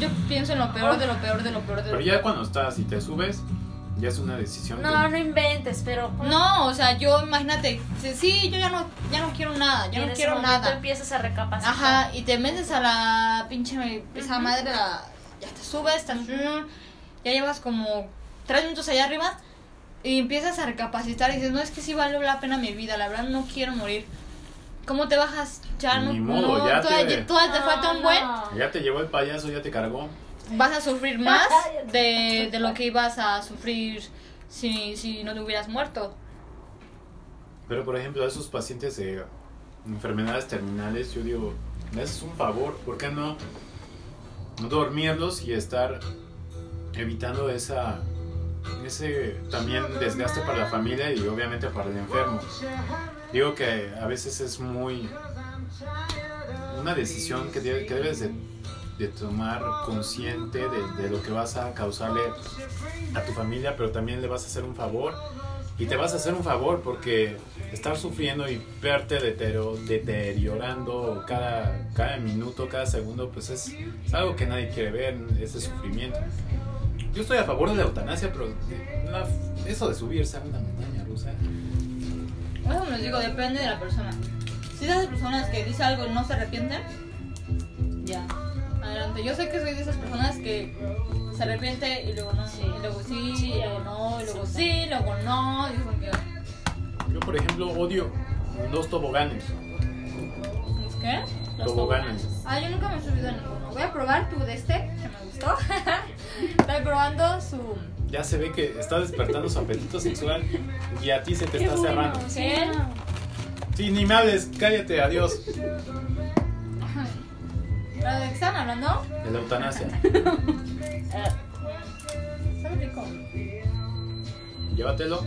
Speaker 2: Yo pienso en lo peor, de lo peor, de lo peor, de lo
Speaker 1: Pero
Speaker 2: peor.
Speaker 1: ya cuando estás y te subes, ya es una decisión.
Speaker 4: No,
Speaker 1: de-
Speaker 4: no inventes, pero... pues,
Speaker 2: No, o sea, yo imagínate, dices, sí, yo ya no, ya no quiero nada,
Speaker 4: Y
Speaker 2: ya
Speaker 4: en
Speaker 2: no
Speaker 4: ese
Speaker 2: quiero
Speaker 4: momento
Speaker 2: nada.
Speaker 4: empiezas a recapacitar.
Speaker 2: Ajá, y te metes a la pinche, esa madre, la- ya te subes, tan- ya llevas como tres minutos allá arriba y empiezas a recapacitar y dices, no, es que sí valió la pena mi vida, la verdad no quiero morir. ¿Cómo te bajas? Ya no,
Speaker 1: Ni modo,
Speaker 2: no,
Speaker 1: ya
Speaker 2: todavía,
Speaker 1: te-
Speaker 2: todavía te
Speaker 4: No,
Speaker 2: falta un
Speaker 4: no.
Speaker 2: buen.
Speaker 1: Ya te llevó el payaso, ya te cargó.
Speaker 2: vas a
Speaker 4: Ah,
Speaker 2: sufrir más de, de lo que ibas a sufrir si, si no te hubieras muerto.
Speaker 1: Pero por ejemplo, a esos pacientes de enfermedades terminales, yo digo, me haces un favor, ¿por qué no dormirlos y estar evitando esa ese también desgaste para la familia y obviamente para el enfermo? Digo que a veces es muy una decisión que, de- que debes de, de tomar consciente de, de lo que vas a causarle a tu familia, pero también le vas a hacer un favor y te vas a hacer un favor porque estar sufriendo y verte detero- deteriorando cada, cada minuto, cada segundo, pues es, es algo que nadie quiere ver, ese sufrimiento. Yo estoy a favor de la eutanasia, pero de- la- eso de subirse a una montaña rusa.
Speaker 2: Eso me los digo, depende de la persona. Si es de esas personas que dice algo y no se arrepienten, ya, adelante. Yo sé que soy de esas personas que se arrepiente y luego no, y luego sí, y luego no, y luego sí, y luego no, y como que,
Speaker 1: Yo, por ejemplo, odio los toboganes.
Speaker 2: ¿es qué?
Speaker 3: Los
Speaker 1: toboganes.
Speaker 2: Ah, yo nunca me he subido a ninguno. Voy a probar tu de este, que me gustó. Estoy probando su...
Speaker 1: Ya se ve que está despertando su apetito sexual y a ti se te está cerrando.
Speaker 4: Sí.
Speaker 1: Sí, ni me hables, cállate, adiós.
Speaker 2: ¿Lo de que están hablando?
Speaker 1: de la eutanasia.
Speaker 3: Eh,
Speaker 2: Sabe rico.
Speaker 1: Llévatelo.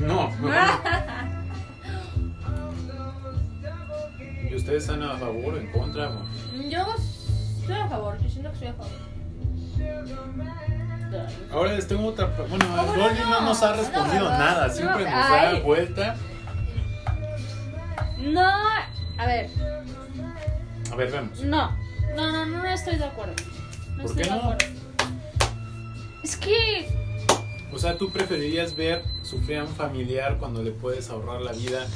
Speaker 1: No. ¿Y ustedes están a favor o en contra? amor?
Speaker 2: Yo estoy a favor, yo siento que estoy a favor.
Speaker 1: Ahora les tengo otra. pre- Bueno,
Speaker 2: ¿Cómo
Speaker 1: Rolly
Speaker 2: no?
Speaker 1: no nos ha
Speaker 2: No,
Speaker 1: respondido
Speaker 2: ¿verdad?
Speaker 1: nada.
Speaker 2: No,
Speaker 1: Siempre nos
Speaker 3: ay.
Speaker 1: da vuelta.
Speaker 3: no, a ver,
Speaker 1: A ver, vemos.
Speaker 3: no. No, no, no, no estoy de acuerdo. No
Speaker 1: ¿Por
Speaker 3: estoy
Speaker 1: qué
Speaker 3: de
Speaker 1: no?
Speaker 3: acuerdo. Es que
Speaker 1: O sea, ¿tú preferirías ver sufrir a un familiar cuando le puedes ahorrar la vida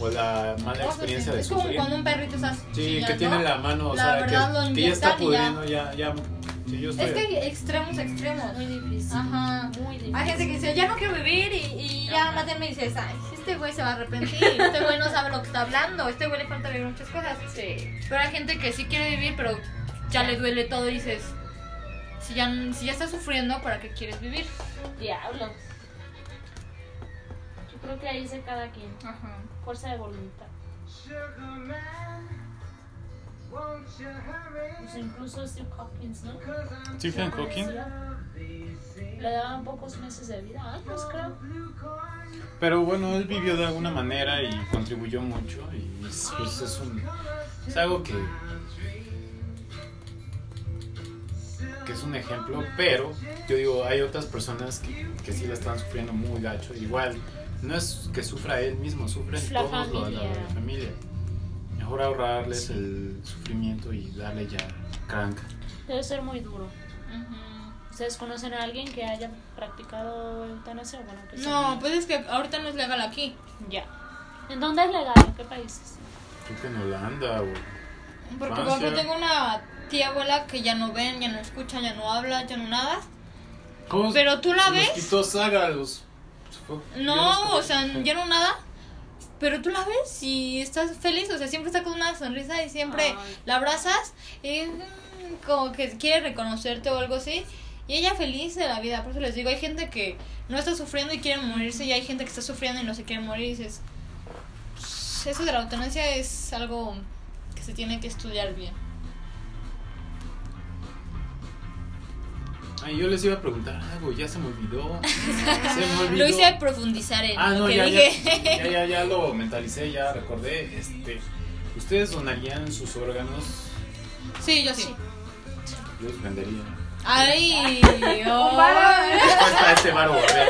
Speaker 1: o la mala experiencia de
Speaker 2: es como
Speaker 1: sufrir?
Speaker 2: cuando un perrito estás
Speaker 1: Sí, que
Speaker 2: chillando.
Speaker 1: tiene la mano, o
Speaker 2: La
Speaker 1: sea,
Speaker 2: verdad, lo
Speaker 1: que, que ya está
Speaker 2: inyectan y ya.
Speaker 1: pudriendo, ya, ya. Sí, yo estoy.
Speaker 2: Es que hay extremos, extremos.
Speaker 3: muy difícil.
Speaker 2: Ah. Ajá.
Speaker 3: Muy difícil.
Speaker 2: Hay gente que dice, ya no quiero vivir y, y ya matenme y dices, ay, este güey se va a arrepentir, este güey no sabe lo que está hablando, este güey le falta vivir muchas cosas.
Speaker 3: Sí.
Speaker 2: Pero hay gente que sí quiere vivir, pero ya le duele todo y dices, si ya, si ya estás sufriendo, ¿para qué quieres vivir?
Speaker 3: Diablo. Yo creo que ahí se cada quien.
Speaker 2: Ajá.
Speaker 3: Fuerza de voluntad. Pues incluso Steve Hopkins, ¿no?
Speaker 1: Stephen Hawking.
Speaker 3: Le daban pocos meses de vida antes, creo.
Speaker 1: Pero bueno, él vivió de alguna manera y contribuyó mucho. Y es, pues, es un. Es algo que. que es un ejemplo, pero yo digo, hay otras personas que, que sí la están sufriendo muy gacho. Igual, no es que sufra él mismo, sufren
Speaker 3: La
Speaker 1: todos los de
Speaker 3: familia.
Speaker 1: la familia. Mejor ahorrarles el sufrimiento y darle ya crank.
Speaker 3: Debe ser muy duro. ¿Ustedes conocen a alguien que haya practicado eutanasia? Bueno, que
Speaker 2: No,
Speaker 3: sea-
Speaker 2: pues es que ahorita no es legal aquí.
Speaker 3: Ya. ¿En dónde es legal? ¿En qué países?
Speaker 1: Creo que en Holanda o.
Speaker 2: Porque por
Speaker 1: Francia.
Speaker 2: ejemplo tengo una tía abuela que ya no ven, ya no escuchan, ya no habla, ya no nada.
Speaker 1: ¿Cómo
Speaker 2: Pero tú la
Speaker 1: se los
Speaker 2: ves.
Speaker 1: quitó Saga los. Yo
Speaker 2: No,
Speaker 1: los-
Speaker 2: o sea, ya no nada. Pero tú la ves y estás feliz, o sea, siempre está con una sonrisa y siempre
Speaker 3: Ay.
Speaker 2: la abrazas y mm, como que quiere reconocerte o algo así. Y ella feliz de la vida, por eso les digo, hay gente que no está sufriendo y quiere morirse y hay gente que está sufriendo y no se quiere morir. Y dices, "Pues, eso de la eutanasia es algo que se tiene que estudiar bien.
Speaker 1: Ay, yo les iba a preguntar algo, ya se me olvidó. Se me olvidó.
Speaker 2: Lo hice al profundizar en
Speaker 1: Ah,
Speaker 2: lo
Speaker 1: no,
Speaker 2: que
Speaker 1: ya,
Speaker 2: dije.
Speaker 1: ya, ya, ya, ya lo mentalicé, ya recordé. Este, ¿Ustedes donarían sus órganos?
Speaker 2: Sí, yo sí.
Speaker 1: Yo los vendería.
Speaker 2: Ay, oh.
Speaker 1: Cuesta este barbo, a ver,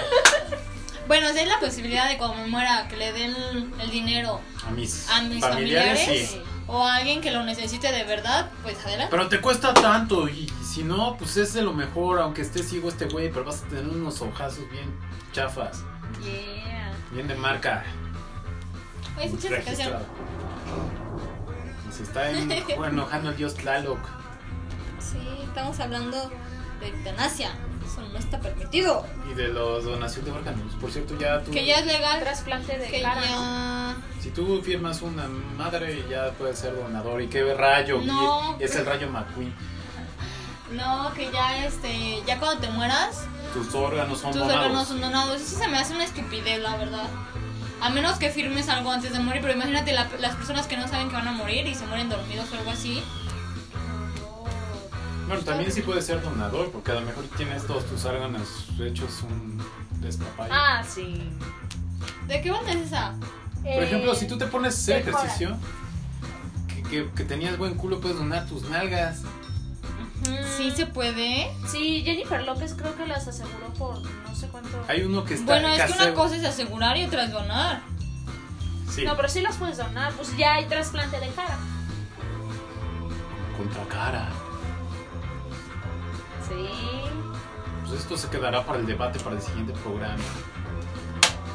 Speaker 2: Bueno, si hay la posibilidad de cuando me muera que le den el dinero
Speaker 1: a mis,
Speaker 2: a mis
Speaker 1: familiares,
Speaker 2: familiares,
Speaker 1: sí.
Speaker 2: o a alguien que lo necesite de verdad, pues adelante.
Speaker 1: Pero te cuesta tanto y si no, pues es de lo mejor, aunque esté ciego este güey, pero vas a tener unos ojazos bien chafas,
Speaker 3: Yeah.
Speaker 1: bien de marca.
Speaker 2: Oye, escucha esa
Speaker 1: registrado.
Speaker 2: canción.
Speaker 1: Y Se está en- enojando el dios Tlaloc.
Speaker 2: Sí, estamos hablando de eutanasia. Eso no está permitido.
Speaker 1: Y de los donación de órganos. Por cierto, ya tú.
Speaker 2: Que ya es legal.
Speaker 4: Trasplante de
Speaker 2: Que
Speaker 4: cara.
Speaker 2: ya.
Speaker 1: Si tú firmas una madre, ya puedes ser donador. ¿Y qué rayo?
Speaker 2: No, pues-
Speaker 1: y es
Speaker 2: pero-
Speaker 1: el rayo McQueen.
Speaker 2: No, que ya este. Ya cuando te mueras,
Speaker 1: Tus órganos son
Speaker 2: tus
Speaker 1: donados.
Speaker 2: órganos son donados. Eso se me hace una estupidez, la verdad. A menos que firmes algo antes de morir, pero imagínate la- las personas que no saben que van a morir y se mueren dormidos o algo así.
Speaker 1: Bueno, también sí puedes ser donador, porque a lo mejor tienes todos tus órganos hechos un despapalle.
Speaker 3: Ah, sí.
Speaker 2: ¿De qué banda es esa?
Speaker 1: Por
Speaker 2: eh,
Speaker 1: ejemplo, si tú te pones a hacer
Speaker 4: mejora.
Speaker 1: ejercicio, que, que- que tenías buen culo, puedes donar tus nalgas.
Speaker 2: Sí se puede.
Speaker 4: Eh, Sí, Jennifer López creo que las aseguró por no sé cuánto.
Speaker 1: Hay uno que está
Speaker 2: Bueno, es que una
Speaker 1: casero.
Speaker 2: cosa es asegurar y otra es donar.
Speaker 1: Sí,
Speaker 4: No, pero sí las puedes donar, pues ya hay trasplante de cara.
Speaker 1: contra cara.
Speaker 4: Sí.
Speaker 1: Pues esto se quedará para el debate para el siguiente programa.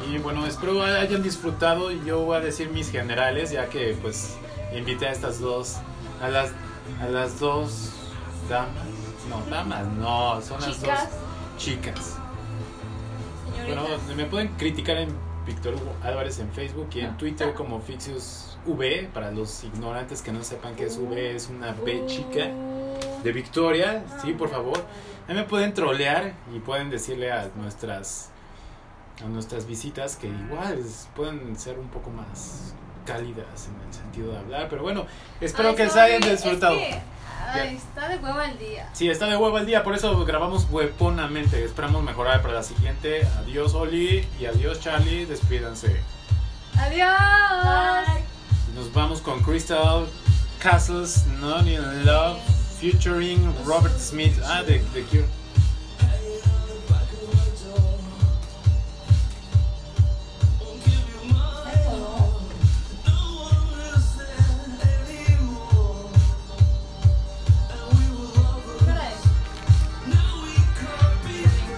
Speaker 1: Y bueno, espero hayan disfrutado. Yo voy a decir mis generales, ya que pues invité a estas dos, a las, a las dos damas. No, damas, no, son las
Speaker 4: Chicas.
Speaker 1: dos chicas. Bueno, me pueden criticar en Víctor Hugo Álvarez en Facebook y en Twitter como Fixius V, para los ignorantes que no sepan que es V, es una B chica de Victoria, sí, por favor. A mí me pueden trolear y pueden decirle a nuestras a nuestras visitas que igual es- pueden ser un poco más cálidas en el sentido de hablar, pero bueno, espero que se hayan disfrutado.
Speaker 2: ay, está de hueva el día.
Speaker 1: Sí, está de huevo el día, por eso grabamos hueponamente. Esperamos mejorar para la siguiente. Adiós, Oli, y adiós, Charlie. Despídanse.
Speaker 2: Adiós.
Speaker 1: Nos vamos con Crystal Castles, Not in Love, featuring Robert Smith. Ah, de The Cure.